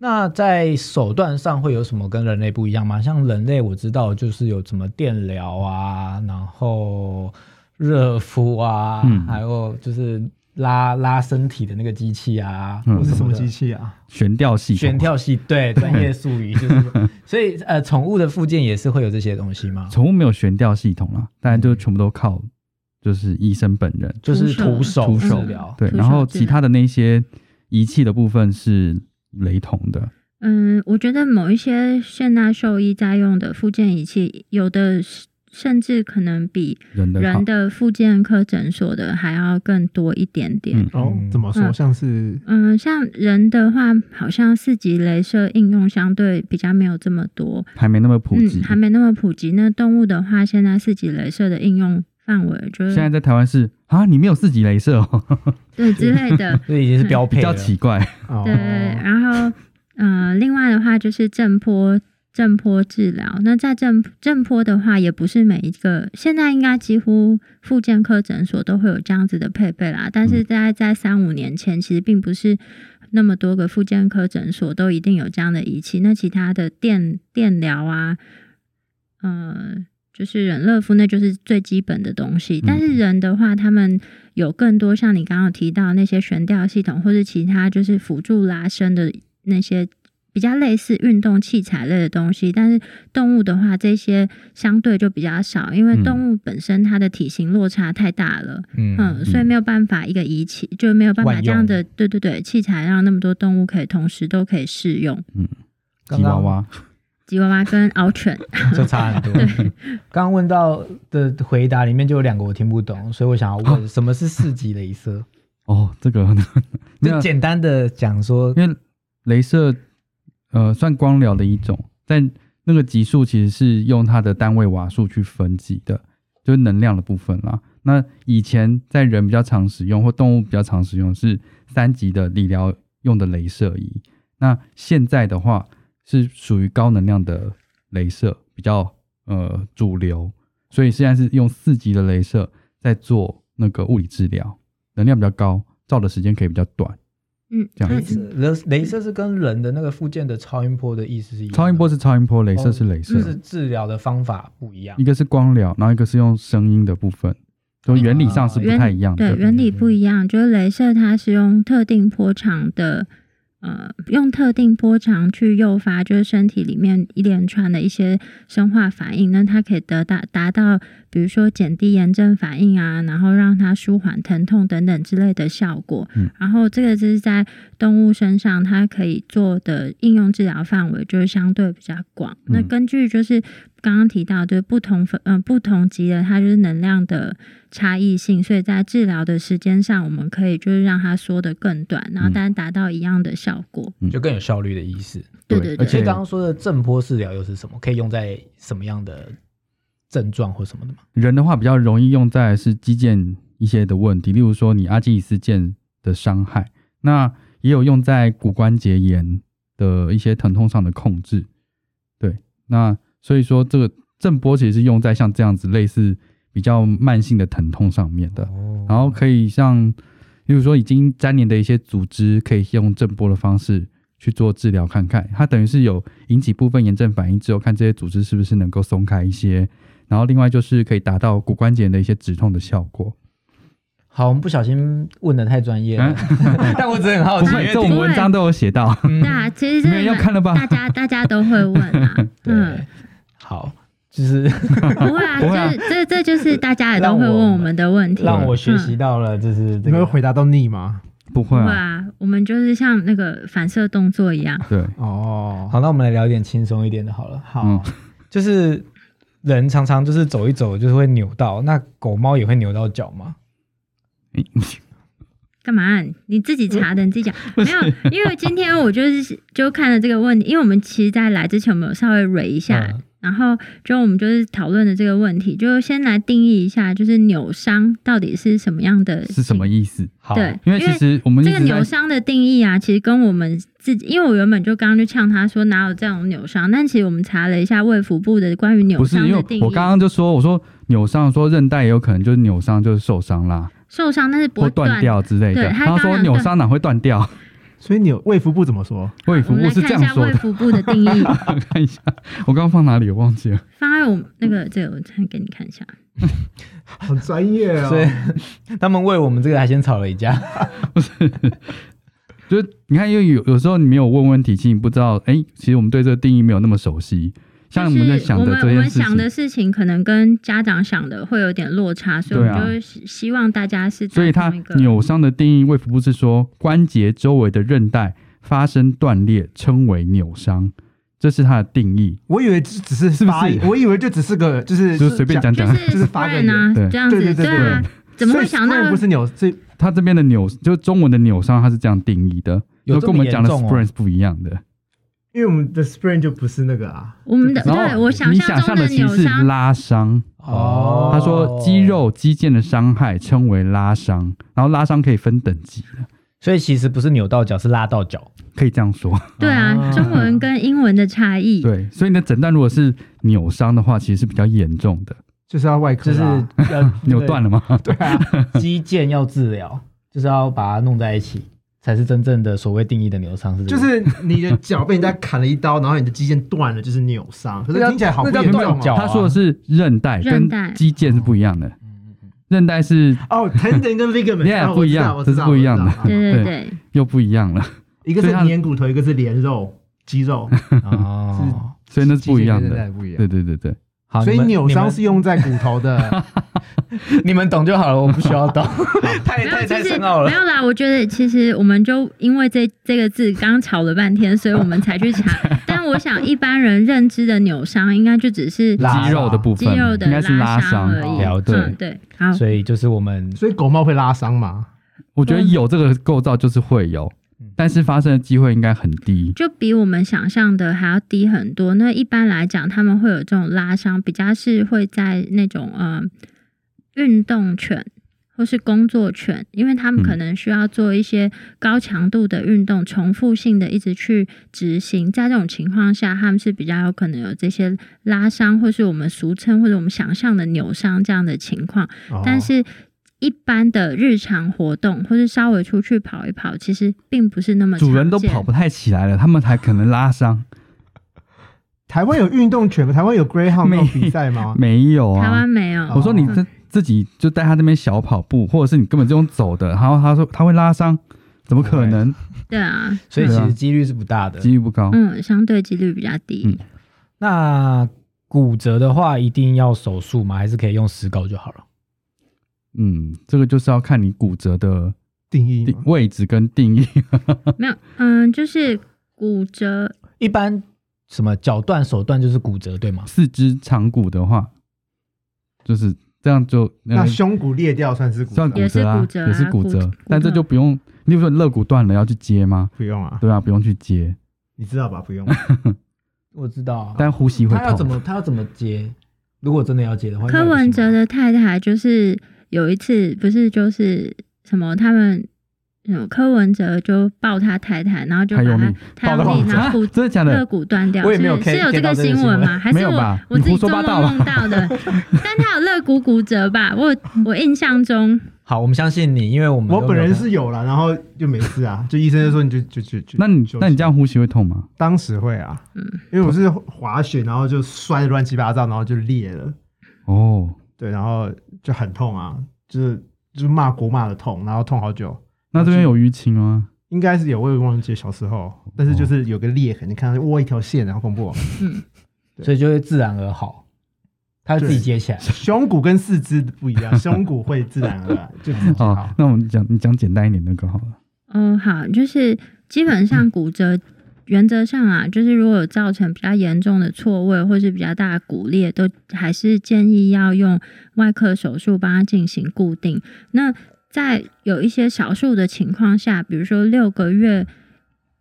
Speaker 1: 那在手段上会有什么跟人类不一样吗？像人类我知道就是有什么电疗啊，然后热敷啊，
Speaker 3: 嗯
Speaker 1: 还有就是拉拉身体的那个机器啊，
Speaker 3: 嗯
Speaker 2: 我是什么机
Speaker 1: 器？
Speaker 2: 器啊？
Speaker 3: 悬吊系统。
Speaker 1: 悬吊系对专业术语 就是，所以呃，宠物的附件也是会有这些东西吗？
Speaker 3: 宠物没有悬吊系统啦，当然就是全部都靠就是医生本人。
Speaker 1: 嗯就是徒手
Speaker 3: 徒手
Speaker 1: 治疗，
Speaker 3: 对，
Speaker 4: 徒手
Speaker 3: 然后
Speaker 4: 治
Speaker 3: 其
Speaker 4: 疗
Speaker 3: 他的那些仪器的部分是雷同的，
Speaker 4: 嗯，我觉得某一些现代兽医在用的附件仪器，有的是甚至可能比
Speaker 3: 人的好
Speaker 4: 人的附件科诊所的还要更多一点点。
Speaker 3: 嗯
Speaker 2: 哦
Speaker 1: 嗯，，
Speaker 2: 怎么说？
Speaker 4: 嗯
Speaker 2: 像是
Speaker 4: 嗯，像人的话，好像四级镭射应用相对比较没有这么多，
Speaker 3: 还没那么普及
Speaker 4: 嗯，。还没那么普及。那动物的话，现在四级镭射的应用范围就
Speaker 3: 现在
Speaker 4: 是
Speaker 3: 在台湾是啊，你没有四级镭射哦，
Speaker 4: 对之类的
Speaker 1: 这已经是标
Speaker 3: 嗯 比
Speaker 1: 配
Speaker 3: 较
Speaker 1: 了。
Speaker 3: 奇怪。
Speaker 2: 哦
Speaker 4: 对，然后呃，另外的话就是震波震波治疗。那在震震波的话，也不是每一个，现在应该几乎复健科诊所都会有这样子的配备啦。但是大概在三五年前，其实并不是那么多个复健科诊所都一定有这样的仪器。那其他的电电疗啊，呃。就是人乐夫，那就是最基本的东西。但
Speaker 3: 嗯
Speaker 4: 是人的话，他们有更多像你刚刚有提到那些悬吊系统，或是其他就是辅助拉伸的那些比较类似运动器材类的东西。但是动物的话，这些相对就比较少，因为
Speaker 3: 嗯
Speaker 4: 动物本身它的体型落差太大了，嗯，所以
Speaker 3: 嗯
Speaker 4: 没有办法一个仪器，就没有办法这样的对对对器材让那么多动物可以同时都可以适用。
Speaker 1: 刚刚
Speaker 3: 吉娃娃，
Speaker 4: 吉娃娃跟獒犬，
Speaker 1: 就差很多。刚刚问到的回答里面就有两个我听不懂，所以我想要问， 什么是四级镭射？
Speaker 3: 哦，这个
Speaker 1: 就
Speaker 3: 没有，
Speaker 1: 简单的讲说，
Speaker 3: 啊因为镭射呃算光疗的一种，但那个级数其实是用它的单位瓦数去分级的，就是能量的部分啦。那以前在人比较常使用或动物比较常使用是三级的理疗用的镭射仪，那现在的话是属于高能量的镭射比较呃主流，所以现在是用四级的镭射在做那个物理治疗，能量比较高，照的时间可以比较短。
Speaker 4: 嗯，
Speaker 3: 这样
Speaker 4: 它
Speaker 1: 是镭镭射是跟人的那个附件的超音波的意思是一样的
Speaker 3: 超音波是超音波，镭射是镭射，
Speaker 1: 哦就是治疗的方法不一样
Speaker 3: 一。个是光疗，然后一个是用声音的部分，就原理上是不太一样
Speaker 4: 对，
Speaker 3: 的。
Speaker 4: 哦原理不一样，就是镭射它是用特定波长的，呃，用特定波长去诱发，就是身体里面一连串的一些生化反应，那它可以得到达到，比如说减低炎症反应啊，然后让它舒缓疼痛等等之类的效果。
Speaker 3: 嗯
Speaker 4: 然后这个就是在动物身上，它可以做的应用治疗范围就是相对比较广。那
Speaker 3: 嗯
Speaker 4: 根据就是刚刚提到，就是不同分嗯、不同级的，它就是能量的差异性，所以在治疗的时间上，我们可以就是让它缩得更短，
Speaker 3: 嗯
Speaker 4: 然后但达到一样的效果。
Speaker 1: 就更有效率的意思。
Speaker 4: 对
Speaker 3: 对
Speaker 4: 对
Speaker 3: 而且
Speaker 1: 所以
Speaker 4: 对，
Speaker 1: 刚刚说的震波治疗又是什么？可以用在什么样的症状或什么的吗？
Speaker 3: 人的话比较容易用在是肌腱一些的问题，例如说你阿基里斯腱的伤害，那也有用在骨关节炎的一些疼痛上的控制。对，那所以说这个震波其实是用在像这样子类似比较慢性的疼痛上面的。
Speaker 1: 哦
Speaker 3: 然后可以像，例如说已经粘连的一些组织，可以用震波的方式去做治疗，看看它等于是有引起部分炎症反应之后，看这些组织是不是能够松开一些。然后另外就是可以达到骨关节的一些止痛的效果。
Speaker 1: 好，我们不小心问的太专 业了，但我只是很好
Speaker 3: 不
Speaker 1: 奇，嗯
Speaker 3: 会，
Speaker 1: 因为
Speaker 3: 这我
Speaker 1: 听
Speaker 3: 们文章都有写到，
Speaker 4: 对啊，其实这
Speaker 3: 嗯没人要看了吧
Speaker 4: 大家大家都会问 啊，嗯
Speaker 1: 对，，好，就是。
Speaker 4: 不会啊，
Speaker 3: 不会啊
Speaker 4: 这这这就是大家也都
Speaker 1: 让
Speaker 4: 会
Speaker 1: 我
Speaker 4: 问我们的问题，
Speaker 1: 让我学习到了，就是
Speaker 2: 你
Speaker 1: 这
Speaker 2: 们会
Speaker 1: 个
Speaker 2: 回答到腻吗？
Speaker 3: 不
Speaker 4: 不
Speaker 3: 会
Speaker 4: 会
Speaker 3: 啊，
Speaker 4: 啊，我们就是像那个反射动作一样，
Speaker 3: 对，
Speaker 2: 哦，
Speaker 1: 好，那我们来聊一点轻松一点的好了。好，
Speaker 3: 嗯
Speaker 1: 就是人常常就是走一走就是会扭到，那狗猫也会扭到脚吗？
Speaker 4: 干嘛？你自己查
Speaker 3: 嗯
Speaker 4: 的，你 自己讲。没有，因为今天我就是就看了这个问题，因为我们其实在来之前我们有稍微蕊一下
Speaker 1: 嗯
Speaker 4: 然后就我们就是讨论的这个问题，就先来定义一下，就是扭伤到底是什么样的
Speaker 3: 是什么意思？
Speaker 1: 好，
Speaker 4: 对
Speaker 3: 因为其实我们一
Speaker 4: 这个
Speaker 3: 直
Speaker 4: 扭
Speaker 3: 在
Speaker 4: 伤的定义啊，其实跟我们自己，因为我原本就刚刚就呛他说哪有这种扭伤，但其实我们查了一下卫福部的关于扭
Speaker 3: 不是，
Speaker 4: 伤
Speaker 3: 因
Speaker 4: 的
Speaker 3: 为
Speaker 4: 定义，
Speaker 3: 我刚刚就说，我说扭伤，说韧带也有可能就是扭伤，就是受伤啦，
Speaker 4: 受伤但是不
Speaker 3: 或
Speaker 4: 会
Speaker 3: 断
Speaker 4: 断。
Speaker 3: 掉之类的。
Speaker 4: 对他
Speaker 3: 然后
Speaker 4: 刚
Speaker 3: 说
Speaker 4: 刚
Speaker 3: 扭伤哪会断掉？
Speaker 2: 所以你有卫福部怎么说？
Speaker 3: 卫
Speaker 4: 我
Speaker 3: 福
Speaker 4: 们
Speaker 3: 部
Speaker 4: 来
Speaker 3: 是这
Speaker 4: 看一
Speaker 3: 样
Speaker 4: 下
Speaker 3: 说
Speaker 4: 卫
Speaker 3: 的，
Speaker 4: 福部的定义，
Speaker 3: 我看一下， 我刚刚放哪里我忘记了。
Speaker 4: 放在我们那个这个，我再给你看一下。
Speaker 2: 好专业 哦
Speaker 1: 所以他们为我们这个还先吵了一架。
Speaker 3: 就是你看，因为有有时候你没有问问题，其实你不知道，哎、其实我们对这个定义没有那么熟悉。像我
Speaker 4: 就是
Speaker 3: 们在想的这
Speaker 4: 我们我
Speaker 3: 件
Speaker 4: 们
Speaker 3: 事
Speaker 4: 想的
Speaker 3: 情，
Speaker 4: 事情可能跟家长想的会有点落差，所以我
Speaker 3: 对啊
Speaker 4: 们就希希望大家是在
Speaker 3: 所以它
Speaker 4: 同一个
Speaker 3: 扭伤的定义，卫福部是说关节周围的韧带发生断裂称为扭伤，这是它的定义，
Speaker 2: 我以为只只是
Speaker 3: 是不是
Speaker 2: 发言我以为就只是个 就是
Speaker 3: 就随便讲
Speaker 4: 就
Speaker 3: 讲。
Speaker 2: 就是是发个
Speaker 4: friend 啊
Speaker 3: 对
Speaker 4: 这样子，
Speaker 2: 对对对对
Speaker 4: 啊，怎么会想到
Speaker 2: 所以 spring 不是扭？所以
Speaker 3: 它这边的扭，就中文的扭伤，它是这样定义的，
Speaker 1: 有这么
Speaker 3: 跟我们讲的
Speaker 1: 严重哦
Speaker 3: sprain 是不一样的。
Speaker 2: 因为我们的 spring 就不是那个啊，
Speaker 4: 我们的
Speaker 3: 然后
Speaker 4: 对我想
Speaker 3: 你想
Speaker 4: 象
Speaker 3: 象
Speaker 4: 中
Speaker 3: 的其
Speaker 4: 扭
Speaker 3: 实是
Speaker 4: 伤？
Speaker 3: 拉伤，
Speaker 1: 哦
Speaker 3: 他说肌肉肌腱的伤害称为拉伤，然后拉伤可以分等级的，
Speaker 1: 所以其实不是扭到脚，是拉到脚。
Speaker 3: 可以这样说。
Speaker 2: 嗯
Speaker 4: 对啊，
Speaker 1: 哦
Speaker 4: 中文跟英文的差异。
Speaker 3: 对，所以你的诊断如果是扭伤的话，其实是比较严重的，
Speaker 2: 就是要外科
Speaker 1: 就是啊
Speaker 2: 啦，
Speaker 1: 要
Speaker 3: 扭断
Speaker 1: 了
Speaker 3: 了吗？
Speaker 1: 肌腱要治疗，就是要把它弄在一起，才是真正的所谓定义的扭伤，是不
Speaker 2: 就是你的脚被人家砍了一刀，然后你的肌腱断了，就是扭伤。可是
Speaker 1: 那叫
Speaker 2: 听起来好不
Speaker 1: 那叫
Speaker 2: 严
Speaker 1: 断
Speaker 2: 重
Speaker 1: 脚
Speaker 2: 哦。
Speaker 1: 啊
Speaker 3: 他说的是韧带跟
Speaker 4: 韧带
Speaker 3: 肌腱是不一样的，
Speaker 1: 嗯
Speaker 3: 韧带是
Speaker 2: 哦，tendon 跟 ligament
Speaker 3: Yeah，
Speaker 2: 啊我知道
Speaker 3: 不一样
Speaker 2: 我知道
Speaker 3: 这是不一样的
Speaker 2: 我知道
Speaker 4: 对对
Speaker 3: 对
Speaker 4: 对，
Speaker 3: 又不一 样了，
Speaker 2: 一个
Speaker 3: 所以
Speaker 2: 是
Speaker 3: 它
Speaker 2: 粘骨头，一个是连肉肌肉，
Speaker 1: 哦。
Speaker 3: 所以那是不一样
Speaker 2: 肌腱跟韧带
Speaker 3: 的。
Speaker 2: 不一
Speaker 3: 对
Speaker 2: 样。
Speaker 3: 对对对，
Speaker 1: 好，
Speaker 2: 所以
Speaker 1: 啊你们
Speaker 2: 扭伤
Speaker 1: 你
Speaker 2: 是用在骨头的，
Speaker 1: 们 你们懂就好了，我不需要懂， 太
Speaker 4: 没有
Speaker 1: 太
Speaker 4: 就
Speaker 1: 太
Speaker 4: 是
Speaker 1: 深奥
Speaker 4: 没
Speaker 1: 了。
Speaker 4: 有啦。我觉得其实我们就因为这这个字刚吵了半天，所以我们才去 查。但我想一般人认知的扭伤，应该就只是
Speaker 1: 拉伤
Speaker 3: 肌肉的部
Speaker 4: 肌
Speaker 3: 分
Speaker 4: 肉的
Speaker 3: 应该是拉
Speaker 4: 伤而已。
Speaker 1: 了解
Speaker 4: 嗯，对，好，
Speaker 1: 所以就是我们
Speaker 2: 所以狗猫会拉伤嘛？
Speaker 3: 我觉得有这个构造就是会有
Speaker 1: 嗯，
Speaker 3: 但是发生的机会应该很低。
Speaker 4: 就比我们想象的还要低很多。那一般来讲，他们会有这种拉伤，比较是会在那种呃运动犬或是工作犬，因为他们
Speaker 3: 嗯
Speaker 4: 可能需要做一些高强度的运动，重复性的一直去执行。在这种情况下，他们是比较有可能有这些拉伤，或是我们俗称或者我们想象的扭伤这样的情况。
Speaker 2: 哦
Speaker 4: 但是一般的日常活动，或是稍微出去跑一跑，其实并不是那么
Speaker 3: 主人都
Speaker 4: 常见
Speaker 3: 跑不太起来了，他们还可能拉伤。
Speaker 2: 台湾有运动犬吗？台湾有 Greyhound
Speaker 3: 没
Speaker 2: 那种比赛吗？
Speaker 3: 没有
Speaker 4: 台
Speaker 3: 啊
Speaker 4: 湾，没有。
Speaker 3: 我说你自自己就带他那边小跑步，或者是你根本就用走的，然后他说他会拉伤，怎么可能？
Speaker 4: 对啊，
Speaker 1: 所以其
Speaker 3: 对啊
Speaker 1: 实几率是不大的。
Speaker 3: 几率不高。
Speaker 4: 嗯，相对几率比较低。
Speaker 3: 嗯
Speaker 1: 那骨折的话，一定要手术吗？还是可以用石膏就好了？
Speaker 3: 嗯，这个就是要看你骨折的
Speaker 2: 定义
Speaker 3: 定
Speaker 2: 吗
Speaker 3: 位置跟定义。
Speaker 4: 没有，嗯，就是骨折，
Speaker 1: 一般什么脚断、手断就是骨折，对吗？
Speaker 3: 四肢长骨的话，就是这样就
Speaker 2: 那
Speaker 3: 呃
Speaker 2: 胸骨裂掉算是骨折
Speaker 3: 算
Speaker 2: 吗？
Speaker 3: 骨折啊，也
Speaker 4: 也
Speaker 3: 是
Speaker 4: 是
Speaker 3: 骨
Speaker 4: 骨折啊
Speaker 3: 折
Speaker 4: 骨骨，
Speaker 3: 但这就不用。例如说你肋骨断了要去接吗？
Speaker 2: 不用啊，
Speaker 3: 对啊，不用去接，
Speaker 2: 你知道吧？不用。
Speaker 1: 我知道啊，
Speaker 3: 但呼吸会
Speaker 1: 他要怎
Speaker 3: 痛。
Speaker 1: 么他要怎么接？如果真的要接的话，
Speaker 4: 柯文哲的太太就是有一次不是就是什么他们。嗯，柯文哲就抱他太太，然后就把
Speaker 3: 太用
Speaker 4: 他
Speaker 3: 力，
Speaker 4: 太
Speaker 1: 抱
Speaker 4: 用力，
Speaker 1: 到
Speaker 4: 然后
Speaker 3: 啊
Speaker 4: 骨
Speaker 3: 真的假
Speaker 4: 肋
Speaker 3: 的？
Speaker 4: 骨断掉，
Speaker 1: 我也
Speaker 4: 是
Speaker 1: 没有
Speaker 4: 是
Speaker 1: get-
Speaker 4: 有这
Speaker 1: get 到
Speaker 4: 个
Speaker 1: 这个
Speaker 4: 新闻
Speaker 1: 新闻
Speaker 4: 吗？还是
Speaker 3: 没有吧
Speaker 4: 我我
Speaker 3: 你
Speaker 4: 自己
Speaker 3: 胡说
Speaker 4: 做
Speaker 3: 八
Speaker 4: 梦
Speaker 3: 道啊吧
Speaker 4: 梦到的？ 但他有肋骨骨折吧？我我印象中
Speaker 1: 好，我们相信你，因为我们
Speaker 2: 我
Speaker 1: 都
Speaker 2: 本
Speaker 1: 没有
Speaker 2: 人
Speaker 1: 看
Speaker 2: 是有了，然后就没事啊，就医生就说你就就就就。
Speaker 3: 那你
Speaker 2: 就
Speaker 3: 那你这样呼吸会痛吗？
Speaker 2: 当时会啊，
Speaker 4: 嗯
Speaker 2: 因为我是滑雪，然后就摔的乱七八糟，然后就裂了，
Speaker 3: 哦，
Speaker 2: 对，然后就很痛啊，就是就是骂国骂的痛，然后痛好久，
Speaker 3: 那这边有淤青吗？
Speaker 2: 应该是有，我也忘记小时候，但是就是有个裂痕，你看到哇一条线，然后恐 怖哦，
Speaker 1: 所以就会自然而好，他会自己接起来。
Speaker 2: 胸骨跟四肢不一样，胸骨会自然而 然就自己好
Speaker 3: 哦，。那我们讲你讲简单一点那个好了。
Speaker 4: 哦，好，就是基本上骨折，原则上啊，就是如果有造成比较严重的错位或是比较大的骨裂，都还是建议要用外科手术帮它进行固定。那在有一些少数的情况下，比如说六个月。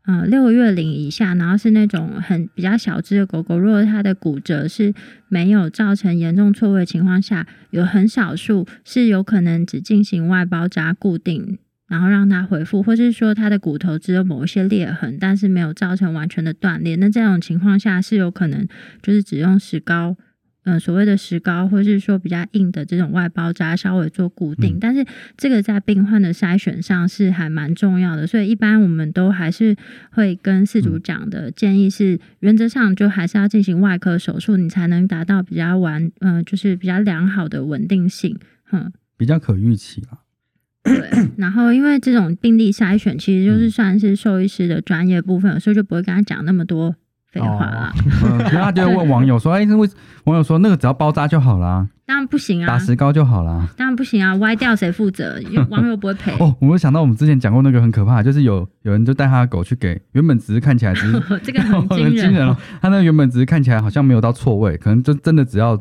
Speaker 4: 呃六个月龄以下，然后是那种很比较小只的狗狗，如果它的骨折是没有造成严重错位的情况下，有很少数是有可能只进行外包扎固定。然后让它恢复，或是说它的骨头只有某一些裂痕，但是没有造成完全的断裂。那这种情况下是有可能就是只用石膏，嗯、所谓的石膏，或是说比较硬的这种外包扎稍微做固定。
Speaker 3: 嗯
Speaker 4: 但是这个在病患的筛选上是还蛮重要的，所以一般我们都还是会跟饲主讲的建议是，原则上就还是要进行外科手术，你才能达到比较完，嗯、就是比较良好的稳定性。嗯，
Speaker 3: 比较可预期啦。
Speaker 4: 对，然后因为这种病例筛选其实
Speaker 3: 嗯
Speaker 4: 就是算是兽医师的专业部分，有时候就不会跟他讲那么多废话啦。
Speaker 3: 嗯，然后他就会问网友说：“哎，那为网友说那个只要包扎就好啦，
Speaker 4: 当然不行
Speaker 3: 打
Speaker 4: 啊，
Speaker 3: 石膏就好啦。
Speaker 4: 当然不行啊，歪掉谁负责？ 因为网友不会赔。
Speaker 3: 哦，我又想到我们之前讲过那个很可怕，就是有有人就带他的狗去给，原本只是看起来只是
Speaker 4: 这个很惊
Speaker 3: 很惊
Speaker 4: 人
Speaker 3: 人
Speaker 4: 哦，
Speaker 3: 哦！他那原本只是看起来好像没有到错位，可能就真的只要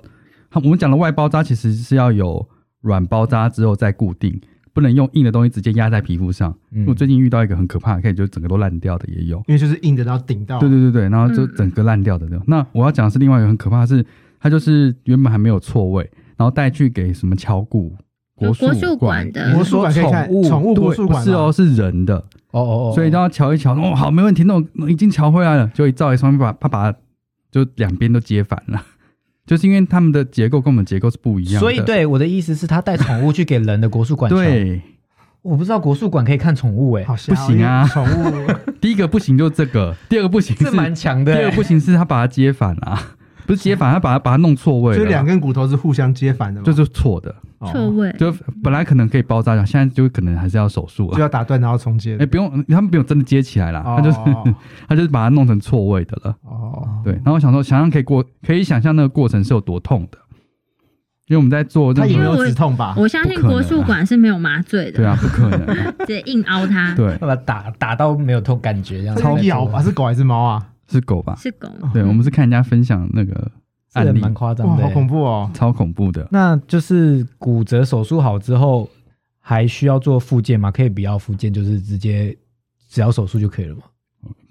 Speaker 3: 他我们讲的外包扎，其实是要有软包扎之后再固定，不能用硬的东西直接压在皮肤上。
Speaker 1: 嗯
Speaker 3: 我最近遇到一个很可怕，可以就整个都烂掉的也有。
Speaker 2: 因为就是硬的，然后顶到，
Speaker 3: 对对对对，然后就
Speaker 4: 嗯
Speaker 3: 整个烂掉的那种。那我要讲的是另外一个很可怕的是，它就是原本还没有错位，然后带去给什么敲骨
Speaker 4: 有
Speaker 3: 国
Speaker 4: 国术馆的
Speaker 2: 国术馆可以看
Speaker 1: 你是说
Speaker 2: 宠
Speaker 1: 宠
Speaker 2: 物
Speaker 1: 物
Speaker 2: 国
Speaker 3: 对
Speaker 2: 术
Speaker 3: 不
Speaker 2: 馆
Speaker 3: 是
Speaker 2: 吗
Speaker 3: 哦，，是人的，
Speaker 1: 哦哦哦，
Speaker 3: 所以都要瞧一瞧。哦，好，没问题，那我已经瞧回来了，就一照一双把怕把就两边都接反了，就是因为他们的结构跟我们结构是不一样的。
Speaker 1: 所以对我的意思是，他带宠物去给人的国术馆瞧，
Speaker 3: 对，
Speaker 1: 我不知道国术馆可以看宠物哎、
Speaker 2: 好像
Speaker 3: 不行啊
Speaker 2: 宠 物
Speaker 3: 第一个不行就这个，第二个不行
Speaker 1: 这
Speaker 3: 是
Speaker 1: 蛮强的、
Speaker 3: 第二个
Speaker 1: 欸。
Speaker 3: 不行是他把它接反啊，不是接反，他把它把它弄错位
Speaker 2: 就
Speaker 3: 了，
Speaker 2: 是两根骨头是互相接反的嘛，
Speaker 3: 就是错的。
Speaker 2: 哦
Speaker 4: 错位。
Speaker 3: 就本来可能可以包扎的，现在就可能还是要手术
Speaker 2: 就
Speaker 3: 了。
Speaker 2: 要打断然后重接
Speaker 3: 哎、
Speaker 2: 的，
Speaker 3: 不用，他们不用真的接起来啦，
Speaker 2: 哦
Speaker 3: 他就是、 他就是把它弄成错位的了。
Speaker 2: 哦，
Speaker 3: 对，然后我想说，想象可以过，可以想象那个过程是有多痛的，因为我们在做
Speaker 2: 它
Speaker 3: 任
Speaker 2: 也没
Speaker 3: 何
Speaker 2: 有止痛吧？
Speaker 4: 我相信
Speaker 3: 不可能
Speaker 4: 国
Speaker 3: 啊
Speaker 4: 术馆是没有麻醉
Speaker 3: 对
Speaker 4: 的，
Speaker 3: 啊，不可能啊、
Speaker 4: 直接硬凹 它。
Speaker 3: 对，啊
Speaker 1: 把它打打到没有痛感觉，这样子
Speaker 2: 它是咬吧？是狗还是猫啊？
Speaker 3: 是狗吧？
Speaker 4: 是狗，
Speaker 3: 对，我们是看人家分享那个
Speaker 1: 这个
Speaker 3: 案例，
Speaker 1: 蛮夸张
Speaker 2: 哇，
Speaker 1: 的、
Speaker 2: 好
Speaker 1: 欸。
Speaker 2: 恐怖哦！
Speaker 3: 超恐怖的。
Speaker 1: 那就是骨折手术好之后，还需要做复健吗？可以不要复健，就是直接只要手术就可以了吗？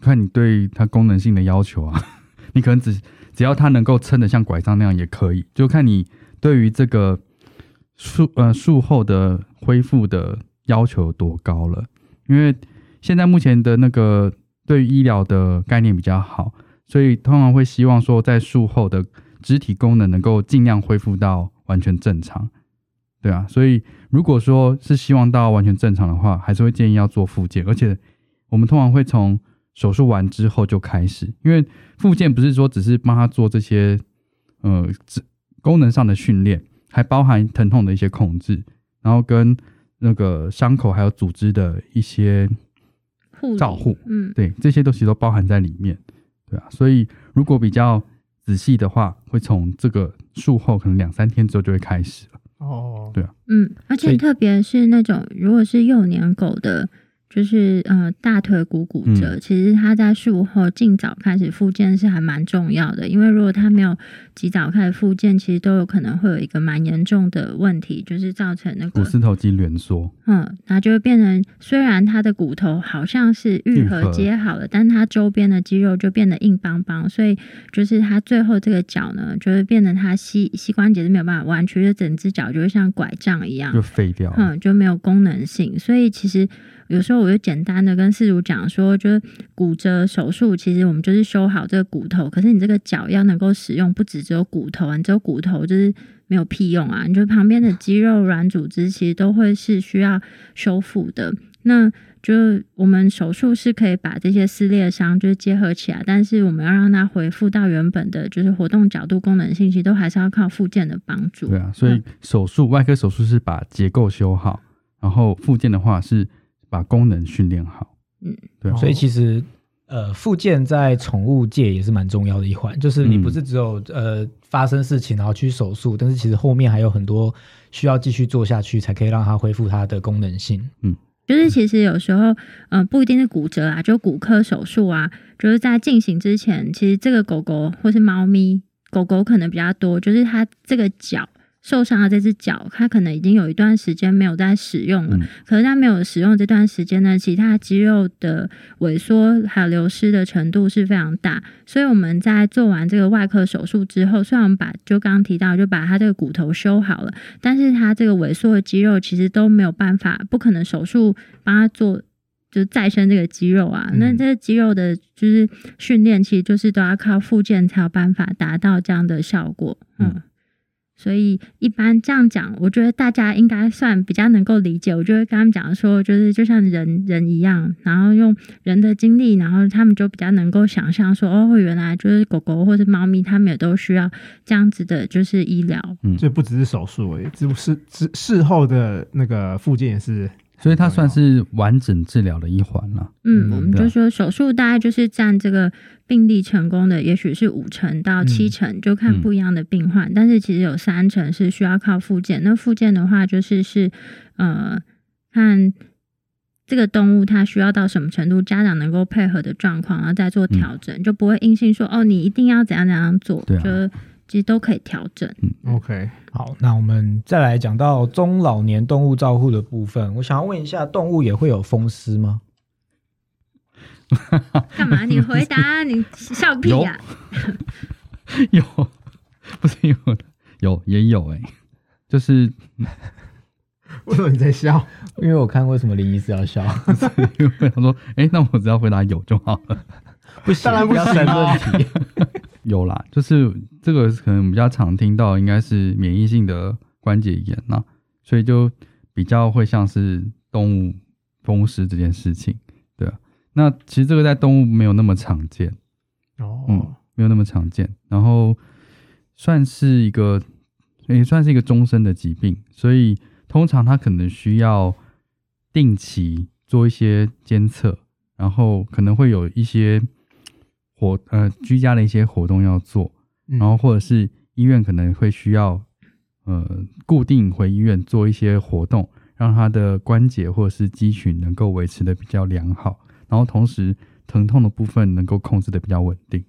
Speaker 3: 看你对它功能性的要求啊， 你可能只只要它能够撑得像拐杖那样也可以，就看你对于这个术呃术后的恢复的要求有多高了。因为现在目前的那个对于医疗的概念比较好，所以通常会希望说在术后的肢体功能能够尽量恢复到完全正常。对啊，所以如果说是希望到完全正常的话，还是会建议要做复健，而且我们通常会从手术完之后就开始，因为复健不是说只是帮他做这些呃只功能上的训练，还包含疼痛的一些控制，然后跟那个伤口还有组织的一些
Speaker 4: 护理
Speaker 3: 照护，
Speaker 4: 嗯，
Speaker 3: 对，这些都其实都包含在里面，对啊。所以如果比较仔细的话，会从这个术后可能两三天之后就会开始了。
Speaker 2: 哦，
Speaker 4: 嗯，而
Speaker 3: 所
Speaker 4: 且
Speaker 3: 以
Speaker 4: 特别是那种如果是幼年狗的，就是呃大腿骨骨
Speaker 3: 嗯
Speaker 4: 折，其实它在术后尽早开始复健是还蛮重要的，因为如果它没有及早开始复健，其实都有可能会有一个蛮严重的问题，就是造成那
Speaker 3: 股
Speaker 4: 个
Speaker 3: 四头肌挛缩，
Speaker 4: 嗯，它就会变成虽然它的骨头好像是愈
Speaker 3: 愈合
Speaker 4: 合接好了，但它周边的肌肉就变得硬邦邦，所以就是它最后这个脚呢，就会变得它膝膝关节是没有办法弯曲，就整只脚就会像拐杖一样
Speaker 3: 就。废掉了。
Speaker 4: 嗯，就没有功能性，所以其实有时候我就简单的跟事主讲说，就是骨折手术，其实我们就是修好这个骨头，可是你这个脚要能够使用，不只只有骨头啊，你只有骨头就是没有屁用啊，你就旁边的肌肉、软组织其实都会是需要修复的。那就是我们手术是可以把这些撕裂伤就是结合起来，但是我们要让它恢复到原本的就是活动角度、功能性，其实都还是要靠附件的帮助。
Speaker 3: 对啊，所以手术、外科手术是把结构修好，然后复健的话是把功能训练好。
Speaker 4: 嗯，
Speaker 3: 对
Speaker 2: 哦
Speaker 3: 啊，
Speaker 1: 所以其实呃，复健在宠物界也是蛮重要的一环，就是你不是只有、呃发生事情然后去手术，但是其实后面还有很多需要继续做下去，才可以让它恢复它的功能性。
Speaker 4: 就是其实有时候，嗯、不一定是骨折啊，就骨科手术啊，就是在进行之前，其实这个狗狗或是猫咪，狗狗可能比较多，就是它这个脚受伤的这只脚，它可能已经有一段时间没有在使用了。
Speaker 3: 嗯
Speaker 4: 可是它没有使用这段时间呢，其他肌肉的萎缩还有流失的程度是非常大。所以我们在做完这个外科手术之后，虽然我们把就刚刚提到就把它这个骨头修好了，但是它这个萎缩的肌肉其实都没有办法，不可能手术帮它做。就再生这个肌肉啊，那
Speaker 1: 嗯
Speaker 4: 这个肌肉的，就是训练，其实就是都要靠复健才有办法达到这样的效果。嗯，
Speaker 3: 嗯
Speaker 4: 所以一般这样讲，我觉得大家应该算比较能够理解。我就会跟他们讲说，就是就像人人一样，然后用人的经历，然后他们就比较能够想象说，哦，原来就是狗狗或是猫咪，它们也都需要这样子的，就是医疗。
Speaker 2: 所以不只是手术而已，只是事事后的那个附件也是
Speaker 3: 所以它算是完整治疗的一环了。
Speaker 4: 嗯，
Speaker 2: 嗯
Speaker 4: 我们
Speaker 3: 对啊
Speaker 4: 就说手术大概就是占这个病例成功的，也许是五成到
Speaker 3: 嗯
Speaker 4: 七成，就看不一样的病患。但是其实有三成是需要靠复健。那复健的话，就是是呃，看这个动物它需要到什么程度，家长能够配合的状况，然后再做调整，就不会硬性说哦，你一定要怎样怎样做，
Speaker 3: 嗯对啊
Speaker 4: 就其实都可以调整。
Speaker 2: OK。
Speaker 1: 好，那我们再来讲到中老年动物照护的部分，我想要问一下，动物也会有风湿吗？
Speaker 4: 干嘛？你回答啊，你笑屁啊
Speaker 3: 有
Speaker 4: 呀、
Speaker 3: 有，不是有的， 有也有哎、就是
Speaker 2: 为什么你在笑？
Speaker 1: 因为我看为什么林医师要笑，
Speaker 3: 因为他说，哎、那我只要回答有就好了。
Speaker 1: 不行，
Speaker 2: 当然不
Speaker 1: 要
Speaker 2: 行
Speaker 1: 申
Speaker 2: 啊
Speaker 1: 论题。
Speaker 3: 有啦，就是这个可能比较常听到，应该是免疫性的关节炎啦，所以就比较会像是动物风湿这件事情，对啊。那其实这个在动物没有那么常见，
Speaker 2: 哦，
Speaker 3: 嗯没有那么常见，然后算是一个也算是一个终身的疾病，所以通常它可能需要定期做一些监测，然后可能会有一些活呃居家的一些活动要做，
Speaker 2: 嗯
Speaker 3: 然后或者是医院可能会需要呃固定回医院做一些活动，让他的关节或者是肌群能够维持的比较良好，然后同时疼痛的部分能够控制的比较稳定。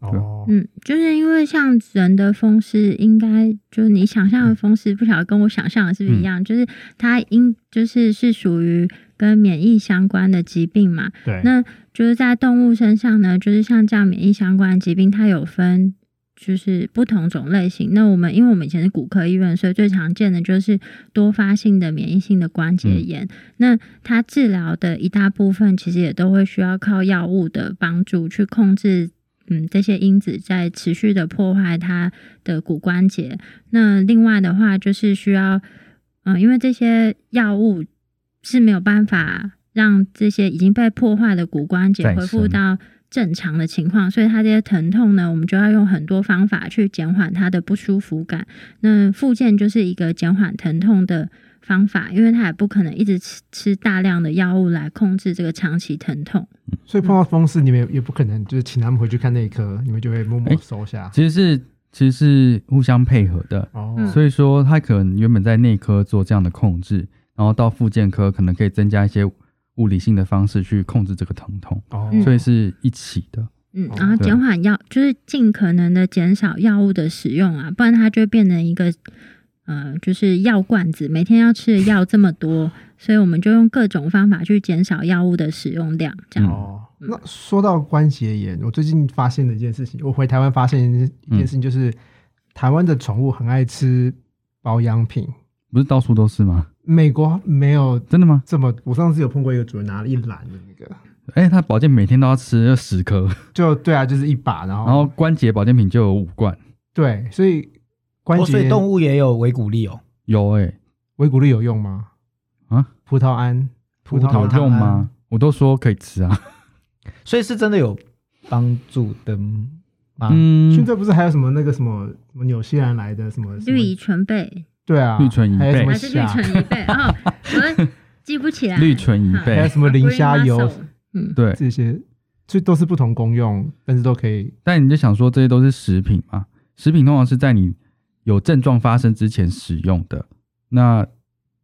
Speaker 3: 啊
Speaker 2: 哦，
Speaker 4: 嗯，就是因为像人的风湿，应该就是你想象的风湿，不晓得跟我想象的是不是一样？就是它应就是是属于跟免疫相关的疾病嘛。
Speaker 2: 对，
Speaker 4: 嗯那就是在动物身上呢，就是像这样免疫相关的疾病，它有分就是不同种类型。那我们因为我们以前是骨科医院，所以最常见的就是多发性的免疫性的关节炎。那它治疗的一大部分其实也都会需要靠药物的帮助去控制。嗯，这些因子在持续的破坏它的骨关节。那另外的话，就是需要，嗯、因为这些药物是没有办法让这些已经被破坏的骨关节
Speaker 3: 再生
Speaker 4: 恢复到正常的情况，所以它这些疼痛呢，我们就要用很多方法去减缓它的不舒服感。那复健就是一个减缓疼痛的方法，因为它也不可能一直吃吃大量的药物来控制这个长期疼痛。
Speaker 2: 所以碰到风湿，你们也也不可能就是请他们回去看内科，你们就会默默
Speaker 3: 哎
Speaker 2: 收下。
Speaker 3: 其实是其实是互相配合的，
Speaker 2: 哦，
Speaker 4: 嗯
Speaker 3: 所以说他可能原本在内科做这样的控制，然后到复健科可能可以增加一些物理性的方式去控制这个疼痛，
Speaker 2: 哦，
Speaker 4: 嗯
Speaker 3: 所以是一起的。
Speaker 4: 嗯
Speaker 2: 哦，
Speaker 4: 然后减缓药就是尽可能的减少药物的使用啊，不然它就会变成一个呃，就是药罐子，每天要吃的药这么多，所以我们就用各种方法去减少药物的使用量，这样。
Speaker 2: 哦，
Speaker 3: 嗯
Speaker 2: 那说到关节炎，我最近发现的一件事情，我回台湾发现一件一件事情，就是、台湾的宠物很爱吃保养品，
Speaker 3: 不是到处都是吗？
Speaker 2: 美国没有
Speaker 3: 真的吗？
Speaker 2: 这么。我上次有碰过一个主人拿了一篮的那个，
Speaker 3: 哎、他保健每天都要吃十颗，
Speaker 2: 就对啊，就是一把，然后
Speaker 3: 然后关节保健品就有五罐，
Speaker 2: 对，所以关
Speaker 1: 哦，所
Speaker 2: 节
Speaker 1: 以
Speaker 2: 炎
Speaker 1: 动物也有维骨力哦。
Speaker 3: 有哎、
Speaker 2: 维骨力有用吗？
Speaker 3: 啊，
Speaker 2: 葡萄胺，葡萄糖
Speaker 3: 有
Speaker 2: 啊
Speaker 3: 用吗？我都说可以吃啊，
Speaker 1: 所以是真的有帮助的吗？
Speaker 3: 嗯，
Speaker 2: 啊现在不是还有什么那个什么什么纽西兰来的什么什么
Speaker 4: 氯乙醇钡
Speaker 2: 对啊，
Speaker 3: 绿唇一
Speaker 2: 还有什
Speaker 3: 倍
Speaker 2: 么
Speaker 4: 还是氯
Speaker 2: 虾，
Speaker 4: 醇一倍？哦，我记不起来。
Speaker 3: 绿醇一
Speaker 2: 还有
Speaker 3: 倍，
Speaker 2: 什么磷虾油
Speaker 4: Green muscle，嗯，
Speaker 3: 对。
Speaker 2: 这些，这都是不同功用，但是都可以。
Speaker 3: 但你就想说这些都是食品嘛？食品通常是在你有症状发生之前使用的，那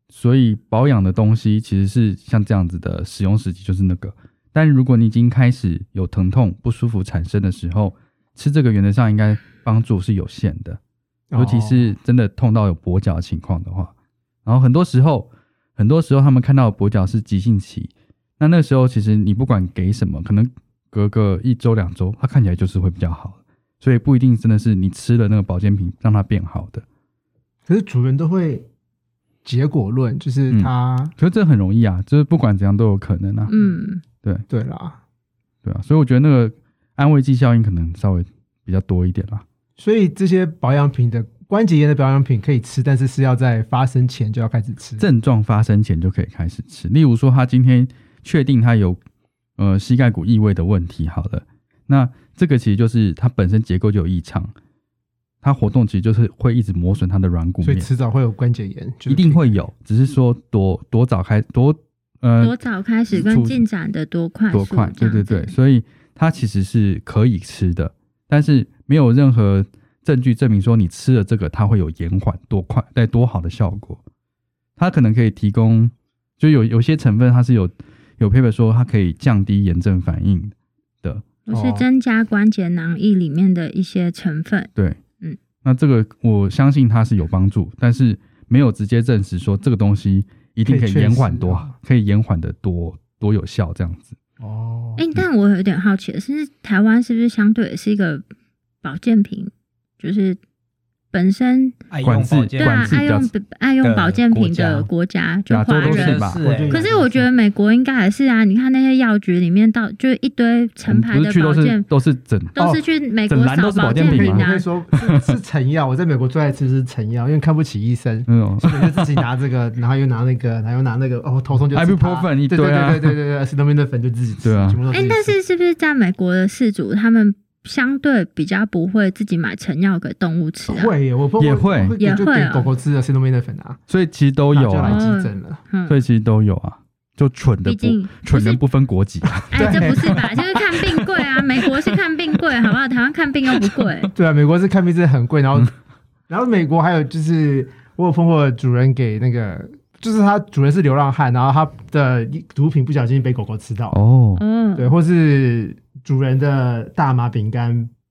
Speaker 3: 所以保养的东西其实是像这样子的使用时机就是那个。但如果你已经开始有疼痛不舒服产生的时候，吃这个原则上应该帮助是有限的。
Speaker 2: 哦
Speaker 3: 尤其是真的痛到有跛脚的情况的话，然后很多时候，很多时候他们看到的跛脚是急性期，那那时候其实你不管给什么，可能隔个一周两周，它看起来就是会比较好，所以不一定真的是你吃了那个保健品让它变好的，
Speaker 2: 可是主人都会结果论，就是
Speaker 3: 嗯
Speaker 2: 他、
Speaker 3: 可是这很容易啊，就是不管怎样都有可能啊，
Speaker 4: 嗯，
Speaker 2: 对啦，
Speaker 3: 对啊，所以我觉得那个安慰剂效应可能稍微比较多一点啦，
Speaker 2: 所以这些保养品的关节炎的保养品可以吃，但是是要在发生前就要开始吃。
Speaker 3: 症状发生前就可以开始吃。例如说，他今天确定他有呃膝盖骨异位的问题，好了，那这个其实就是它本身结构就有异常，它活动其实就是会一直磨损它的软骨
Speaker 2: 所以
Speaker 3: 面，
Speaker 2: 迟早会有关节炎，就是
Speaker 3: 一定会有，只是说多多早开多呃
Speaker 4: 多早开始跟
Speaker 3: 促
Speaker 4: 进展的多快
Speaker 3: 多
Speaker 4: 速，
Speaker 3: 快，对
Speaker 4: 这样
Speaker 3: 对对，
Speaker 4: 子
Speaker 3: 所以它其实是可以吃的，但是没有任何证据证明说你吃了这个它会有延缓多快带多好的效果。它可能可以提供，就有有些成分它是有有 paper 说它可以降低炎症反应的，
Speaker 4: 不是
Speaker 2: 哦
Speaker 4: 增加关节囊液里面的一些成分，
Speaker 3: 对，
Speaker 4: 嗯，
Speaker 3: 那这个我相信它是有帮助，但是没有直接证实说这个东西一定
Speaker 2: 可
Speaker 3: 可
Speaker 2: 以
Speaker 3: 以
Speaker 2: 确
Speaker 3: 延缓
Speaker 2: 实
Speaker 4: 哦
Speaker 3: 多
Speaker 2: 啊，
Speaker 3: 可以延缓的多多有效这样子。
Speaker 2: 哦。
Speaker 4: 哎、但我有点好奇的是，台湾是不是相对也是一个保健品，就是本身
Speaker 1: 爱
Speaker 3: 管制
Speaker 4: 对啊
Speaker 3: 管，制
Speaker 4: 爱
Speaker 3: 比较
Speaker 4: 用爱用
Speaker 1: 的
Speaker 4: 保健品
Speaker 1: 国家
Speaker 4: 的国家就
Speaker 3: 亚洲
Speaker 4: 华
Speaker 3: 都
Speaker 4: 人
Speaker 3: 是吧？
Speaker 1: 是欸
Speaker 4: 可是我觉得美国应该也是啊，你看那些药局里面到就一堆
Speaker 3: 我
Speaker 4: 成
Speaker 3: 们
Speaker 4: 牌
Speaker 3: 嗯不是
Speaker 4: 的
Speaker 3: 去
Speaker 4: 保
Speaker 3: 都是
Speaker 4: 健，
Speaker 3: 都是整
Speaker 4: 都是去美国
Speaker 3: 整栏
Speaker 4: 扫
Speaker 3: 都是保健
Speaker 4: 健
Speaker 3: 品
Speaker 2: 可以，
Speaker 3: 吗
Speaker 2: 你
Speaker 4: 啊
Speaker 2: 会。说是 是成药。我在美国最爱吃是成药，因为看不起医生，
Speaker 3: 嗯，
Speaker 2: 所以就自己拿这 个，然后又拿那个，然后又拿那个，哦，头痛就吃它
Speaker 3: Ibuprofen 一
Speaker 2: 对
Speaker 3: 堆啊
Speaker 2: 对对对对对，西多米诺粉就自己吃，
Speaker 3: 对啊
Speaker 2: 全部都自
Speaker 4: 哎、
Speaker 2: 己吃
Speaker 4: 但是是不是在美国的饲主他们相对比较不会自己买成药给动物吃啊？
Speaker 2: 会耶，我婆婆
Speaker 3: 也会
Speaker 2: 我给就
Speaker 4: 也会
Speaker 2: 给
Speaker 4: 啊
Speaker 2: 狗狗吃的西多米诺粉啊，
Speaker 3: 所以其实都有
Speaker 2: 就来
Speaker 3: 啊，
Speaker 2: 急诊了。
Speaker 4: 嗯
Speaker 3: 所，以其实都有啊，就蠢的
Speaker 4: 毕竟
Speaker 3: 不蠢人不分国籍啊，
Speaker 4: 哎，这不是吧？ 就是看病贵啊，美国是看病贵，好不好？台湾看病又不贵，
Speaker 2: 对啊，美国是看病真的很贵，然后、
Speaker 3: 嗯
Speaker 2: 然后美国还有就是我有碰过主人给那个，就是他主人是流浪汉，然后他的毒品不小心被狗狗吃到，
Speaker 3: 哦，
Speaker 4: 哦，
Speaker 2: 对，或是主人的大麻饼干，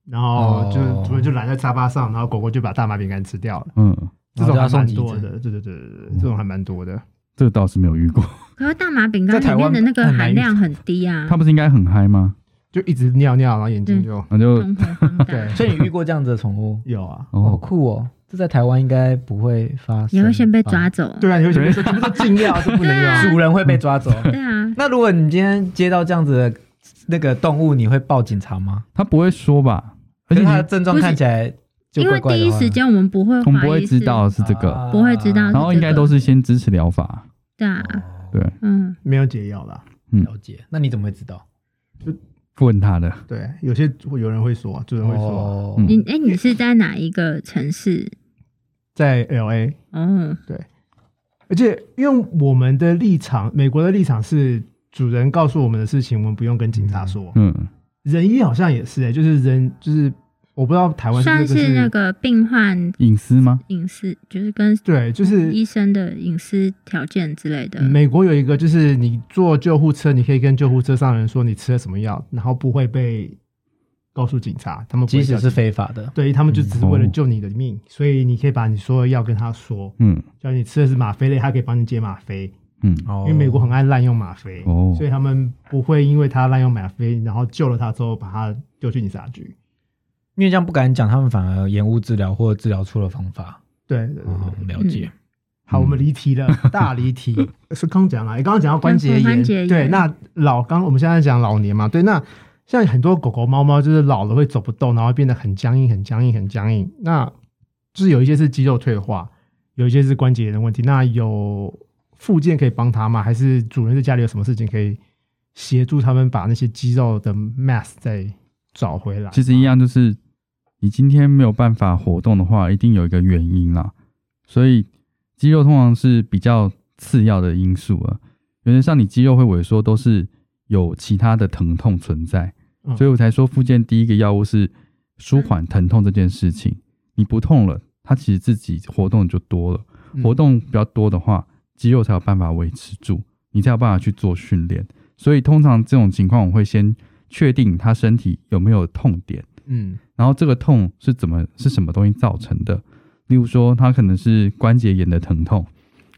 Speaker 2: 然后就、
Speaker 1: 哦
Speaker 2: 主人就懒在沙发上，然后狗狗就把大麻饼干吃掉了，
Speaker 3: 嗯，
Speaker 2: 这
Speaker 1: 然后
Speaker 2: 种
Speaker 1: 就要
Speaker 2: 还
Speaker 1: 送
Speaker 2: 蛮
Speaker 1: 急
Speaker 2: 多
Speaker 1: 诊
Speaker 2: 的，对对对对对，这种还蛮多的。
Speaker 3: 这个倒是没有遇过，
Speaker 4: 可是大麻饼干
Speaker 1: 在台
Speaker 4: 里面
Speaker 1: 湾
Speaker 4: 的那个
Speaker 1: 很难
Speaker 4: 含量很低啊
Speaker 3: 他，不是应该很嗨吗？
Speaker 2: 就一直尿尿，然后眼睛
Speaker 4: 嗯
Speaker 2: 就、
Speaker 3: 那就
Speaker 4: 通膨放大
Speaker 2: 对，？
Speaker 1: 所以你遇过这样子的宠物
Speaker 2: 有啊，
Speaker 1: 哦，好
Speaker 3: 哦，
Speaker 1: 酷哦！这在台湾应该不会发生，
Speaker 4: 你会先被抓。走。
Speaker 2: 对啊，你会觉得说全部都禁药，就不能
Speaker 4: 对啊
Speaker 2: 用。
Speaker 1: 主人会被抓走。
Speaker 4: 对啊，
Speaker 1: 那如果你今天接到这样子的那个动物，你会报警察吗？
Speaker 3: 他不会说吧？
Speaker 1: 而
Speaker 3: 而且
Speaker 1: 且
Speaker 3: 你
Speaker 1: 它的症状看起来就
Speaker 4: 因
Speaker 1: 怪
Speaker 4: 为
Speaker 1: 怪的话，
Speaker 4: 第一时间我们不会
Speaker 3: 我们不
Speaker 4: 怀
Speaker 3: 会
Speaker 4: 疑
Speaker 3: 知
Speaker 4: 是，
Speaker 3: 道是这个，
Speaker 1: 啊
Speaker 4: 不会知道
Speaker 3: 然后应该都是先支持疗法，
Speaker 4: 对啊，
Speaker 1: 哦
Speaker 3: 对，
Speaker 4: 嗯，
Speaker 2: 没有解药啦，
Speaker 1: 了解。那你怎么会知道？
Speaker 3: 问他的，
Speaker 2: 对，有些有人会说，主人会说，啊
Speaker 1: 哦
Speaker 3: 嗯
Speaker 4: 你哎、你是在哪一个城市？
Speaker 2: 在 L A，
Speaker 4: 哦，
Speaker 2: 而且因为我们的立场，美国的立场是主人告诉我们的事情，我们不用跟警察说。
Speaker 3: 嗯，
Speaker 2: 人医好像也是、欸，就是人就是我不知道台湾是不
Speaker 4: 算
Speaker 2: 是这
Speaker 4: 是
Speaker 2: 个
Speaker 4: 那个病患
Speaker 3: 隐私吗？
Speaker 4: 隐私，就是跟
Speaker 2: 对，就是
Speaker 4: 医生的隐私条件之类
Speaker 1: 嗯
Speaker 4: 的。
Speaker 2: 美国有一个，就是你坐救护车，你可以跟救护车上的人说你吃了什么药，然后不会被告诉警察，他们不
Speaker 1: 即
Speaker 2: 会
Speaker 1: 使
Speaker 2: 叫
Speaker 1: 是
Speaker 2: 警察
Speaker 1: 非法的，
Speaker 2: 对他们就只是为了
Speaker 3: 嗯哦
Speaker 2: 救你的命，所以你可以把你所有的药跟他说，
Speaker 3: 嗯
Speaker 2: 叫你吃的是吗啡类，他可以帮你解吗啡。
Speaker 3: 嗯，
Speaker 1: 因
Speaker 2: 因为美国很爱滥用吗啡，
Speaker 3: 哦
Speaker 2: 所以他们不会因为他滥用吗啡，然后救了他之后把他丢去警察局。
Speaker 1: 因为这样不敢讲，他们反而延误治疗或者治疗错了方法。
Speaker 2: 对对对对
Speaker 1: 哦，了解。
Speaker 2: 好，我们离题了，大离题。是刚刚讲了，哎刚刚讲到关节
Speaker 4: 对
Speaker 2: 炎，
Speaker 4: 关节炎
Speaker 2: 对，那老刚我们现在讲老年嘛，对，那像很多狗狗、猫猫就是老了会走不动，然后变得很僵硬、很僵硬、很僵硬。那就是有一些是肌肉退化，有一些是关节炎的问题。那有附件可以帮它吗？还是主人在家里有什么事情可以协助他们把那些肌肉的 mass 再找回来？
Speaker 3: 其实一样，就是你今天没有办法活动的话，一定有一个原因啦。所以肌肉通常是比较次要的因素啊。原则上，你肌肉会萎缩都是有其他的疼痛存在，
Speaker 2: 嗯
Speaker 3: 所以我才说附件第一个药物是舒缓疼痛这件事情。你不痛了，它其实自己活动就多了，
Speaker 2: 嗯
Speaker 3: 活动比较多的话，肌肉才有办法维持住，你才有办法去做训练。所以通常这种情况，我会先确定他身体有没有痛点。
Speaker 2: 嗯，
Speaker 3: 然后这个痛是怎么是什么东西造成的，例如说它可能是关节炎的疼痛，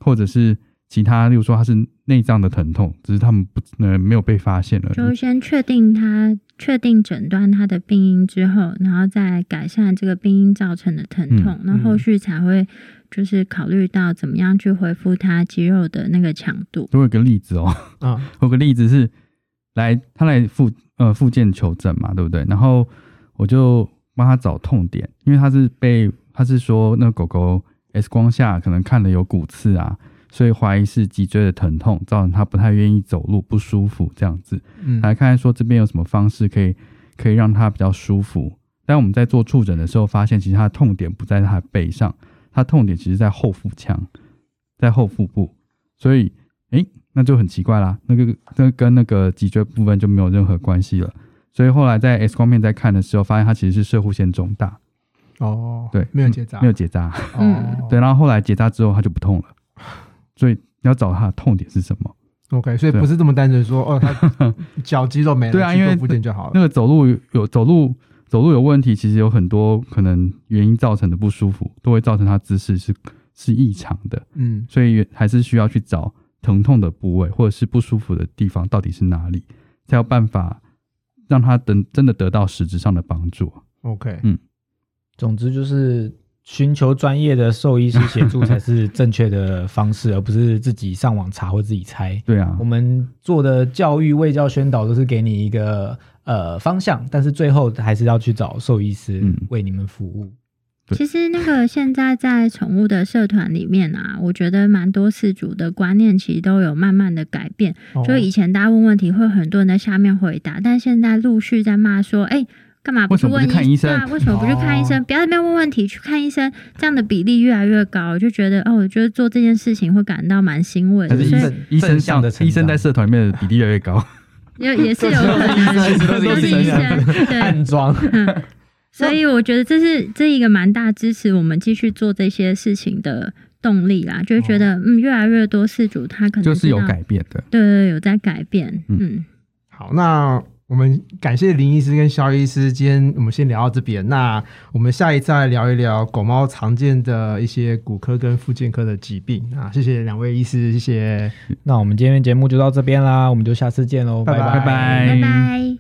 Speaker 3: 或者是其他，例如说它是内脏的疼痛，只是他们不呃没有被发现而已。
Speaker 4: 就先确定他确定诊断他的病因之后，然后再改善这个病因造成的疼痛，那、后续才会就是考虑到怎么样去恢复他肌肉的那个强度。
Speaker 3: 我有个例子哦，
Speaker 2: 嗯，
Speaker 3: 我有个例子是来他来复呃复健求诊嘛，对不对？然后我就帮他找痛点，因为他是被他是说那狗狗 X 光下可能看了有骨刺啊，所以怀疑是脊椎的疼痛，造成他不太愿意走路，不舒服这样子。
Speaker 2: 嗯
Speaker 1: 啊
Speaker 3: 来看看说这边有什么方式可以可以让它比较舒服。但我们在做触诊的时候，发现其实它的痛点不在它的背上，它痛点其实在后腹腔，在后腹部，所以诶，那就很奇怪啦，那个那跟那个脊椎部分就没有任何关系了。所以后来在 X 光片在看的时候，发现它其实是射护腺肿大，
Speaker 2: 哦，
Speaker 3: 对，嗯
Speaker 2: 没有结扎，
Speaker 3: 没有结扎，
Speaker 2: 哦，
Speaker 3: 对。然后后来结扎之后，它就不痛了，所以要找它的痛点是什么？
Speaker 2: ，OK，所以
Speaker 3: 对
Speaker 2: 不是这么单纯说哦， 他脚肌肉没了，
Speaker 3: 对啊
Speaker 2: 去做
Speaker 3: 因为
Speaker 2: 复健就好了
Speaker 3: 那，个走路有走路走路有问题，其实有很多可能原因造成的不舒服，都会造成他姿势是是异常的，
Speaker 2: 嗯
Speaker 3: 所以还是需要去找疼痛的部位或者是不舒服的地方到底是哪里，才有办法让他等真的得到实质上的帮助。
Speaker 2: ，OK，
Speaker 1: 总之就是寻求专业的兽医师协助才是正确的方式，而不是自己上网查或自己猜。
Speaker 3: 对啊
Speaker 1: 我，们做的教育、卫教宣导都是给你一个呃方向，但是最后还是要去找兽医师
Speaker 3: 嗯
Speaker 1: 为你们服务。
Speaker 3: 对
Speaker 4: 其实那个现在在宠物的社团里面啊，我觉得蛮多饲主的观念其实都有慢慢的改变。
Speaker 3: 嗯
Speaker 2: 哦
Speaker 4: 就以前大家问问题，会有很多人在下面回答，但现在陆续在骂说：“哎、干嘛不去问
Speaker 3: 为什么不去看医生
Speaker 4: 对啊，为什么不去看医生？
Speaker 2: 哦
Speaker 4: 不要在那边问问题，去看医生。”这样的比例越来越高，我就觉得哦，我觉得做这件事情会感到蛮欣慰
Speaker 3: 但
Speaker 4: 的，
Speaker 3: 是
Speaker 1: 对
Speaker 3: 医
Speaker 4: 所
Speaker 1: 正正
Speaker 3: 生医生
Speaker 4: 以
Speaker 1: 向
Speaker 3: 上
Speaker 1: 的成长
Speaker 3: 医生在社团里面的比例越来 越高，
Speaker 4: 也也是有可能
Speaker 1: 都是
Speaker 4: 都是医
Speaker 1: 医生
Speaker 4: 生 对。
Speaker 1: 暗 装，
Speaker 4: 所以我觉得这是这一个蛮大支持我们继续做这些事情的动力啦，就会觉得、嗯，越来越多事主他可能
Speaker 3: 哦就是有
Speaker 4: 知道
Speaker 3: 改变的。
Speaker 4: 对对对有在改变，
Speaker 3: 嗯
Speaker 4: 嗯
Speaker 2: 好，那我们感谢林医师跟肖医师，今天我们先聊到这边。那我们下一次再来聊一聊狗猫常见的一些骨科跟附健科的疾病啊。谢谢两位医师，谢谢。
Speaker 1: 那我们今天节目就到这边啦，我们就下次见喽，
Speaker 2: 拜
Speaker 1: 拜
Speaker 2: 拜
Speaker 3: 拜
Speaker 4: 拜拜。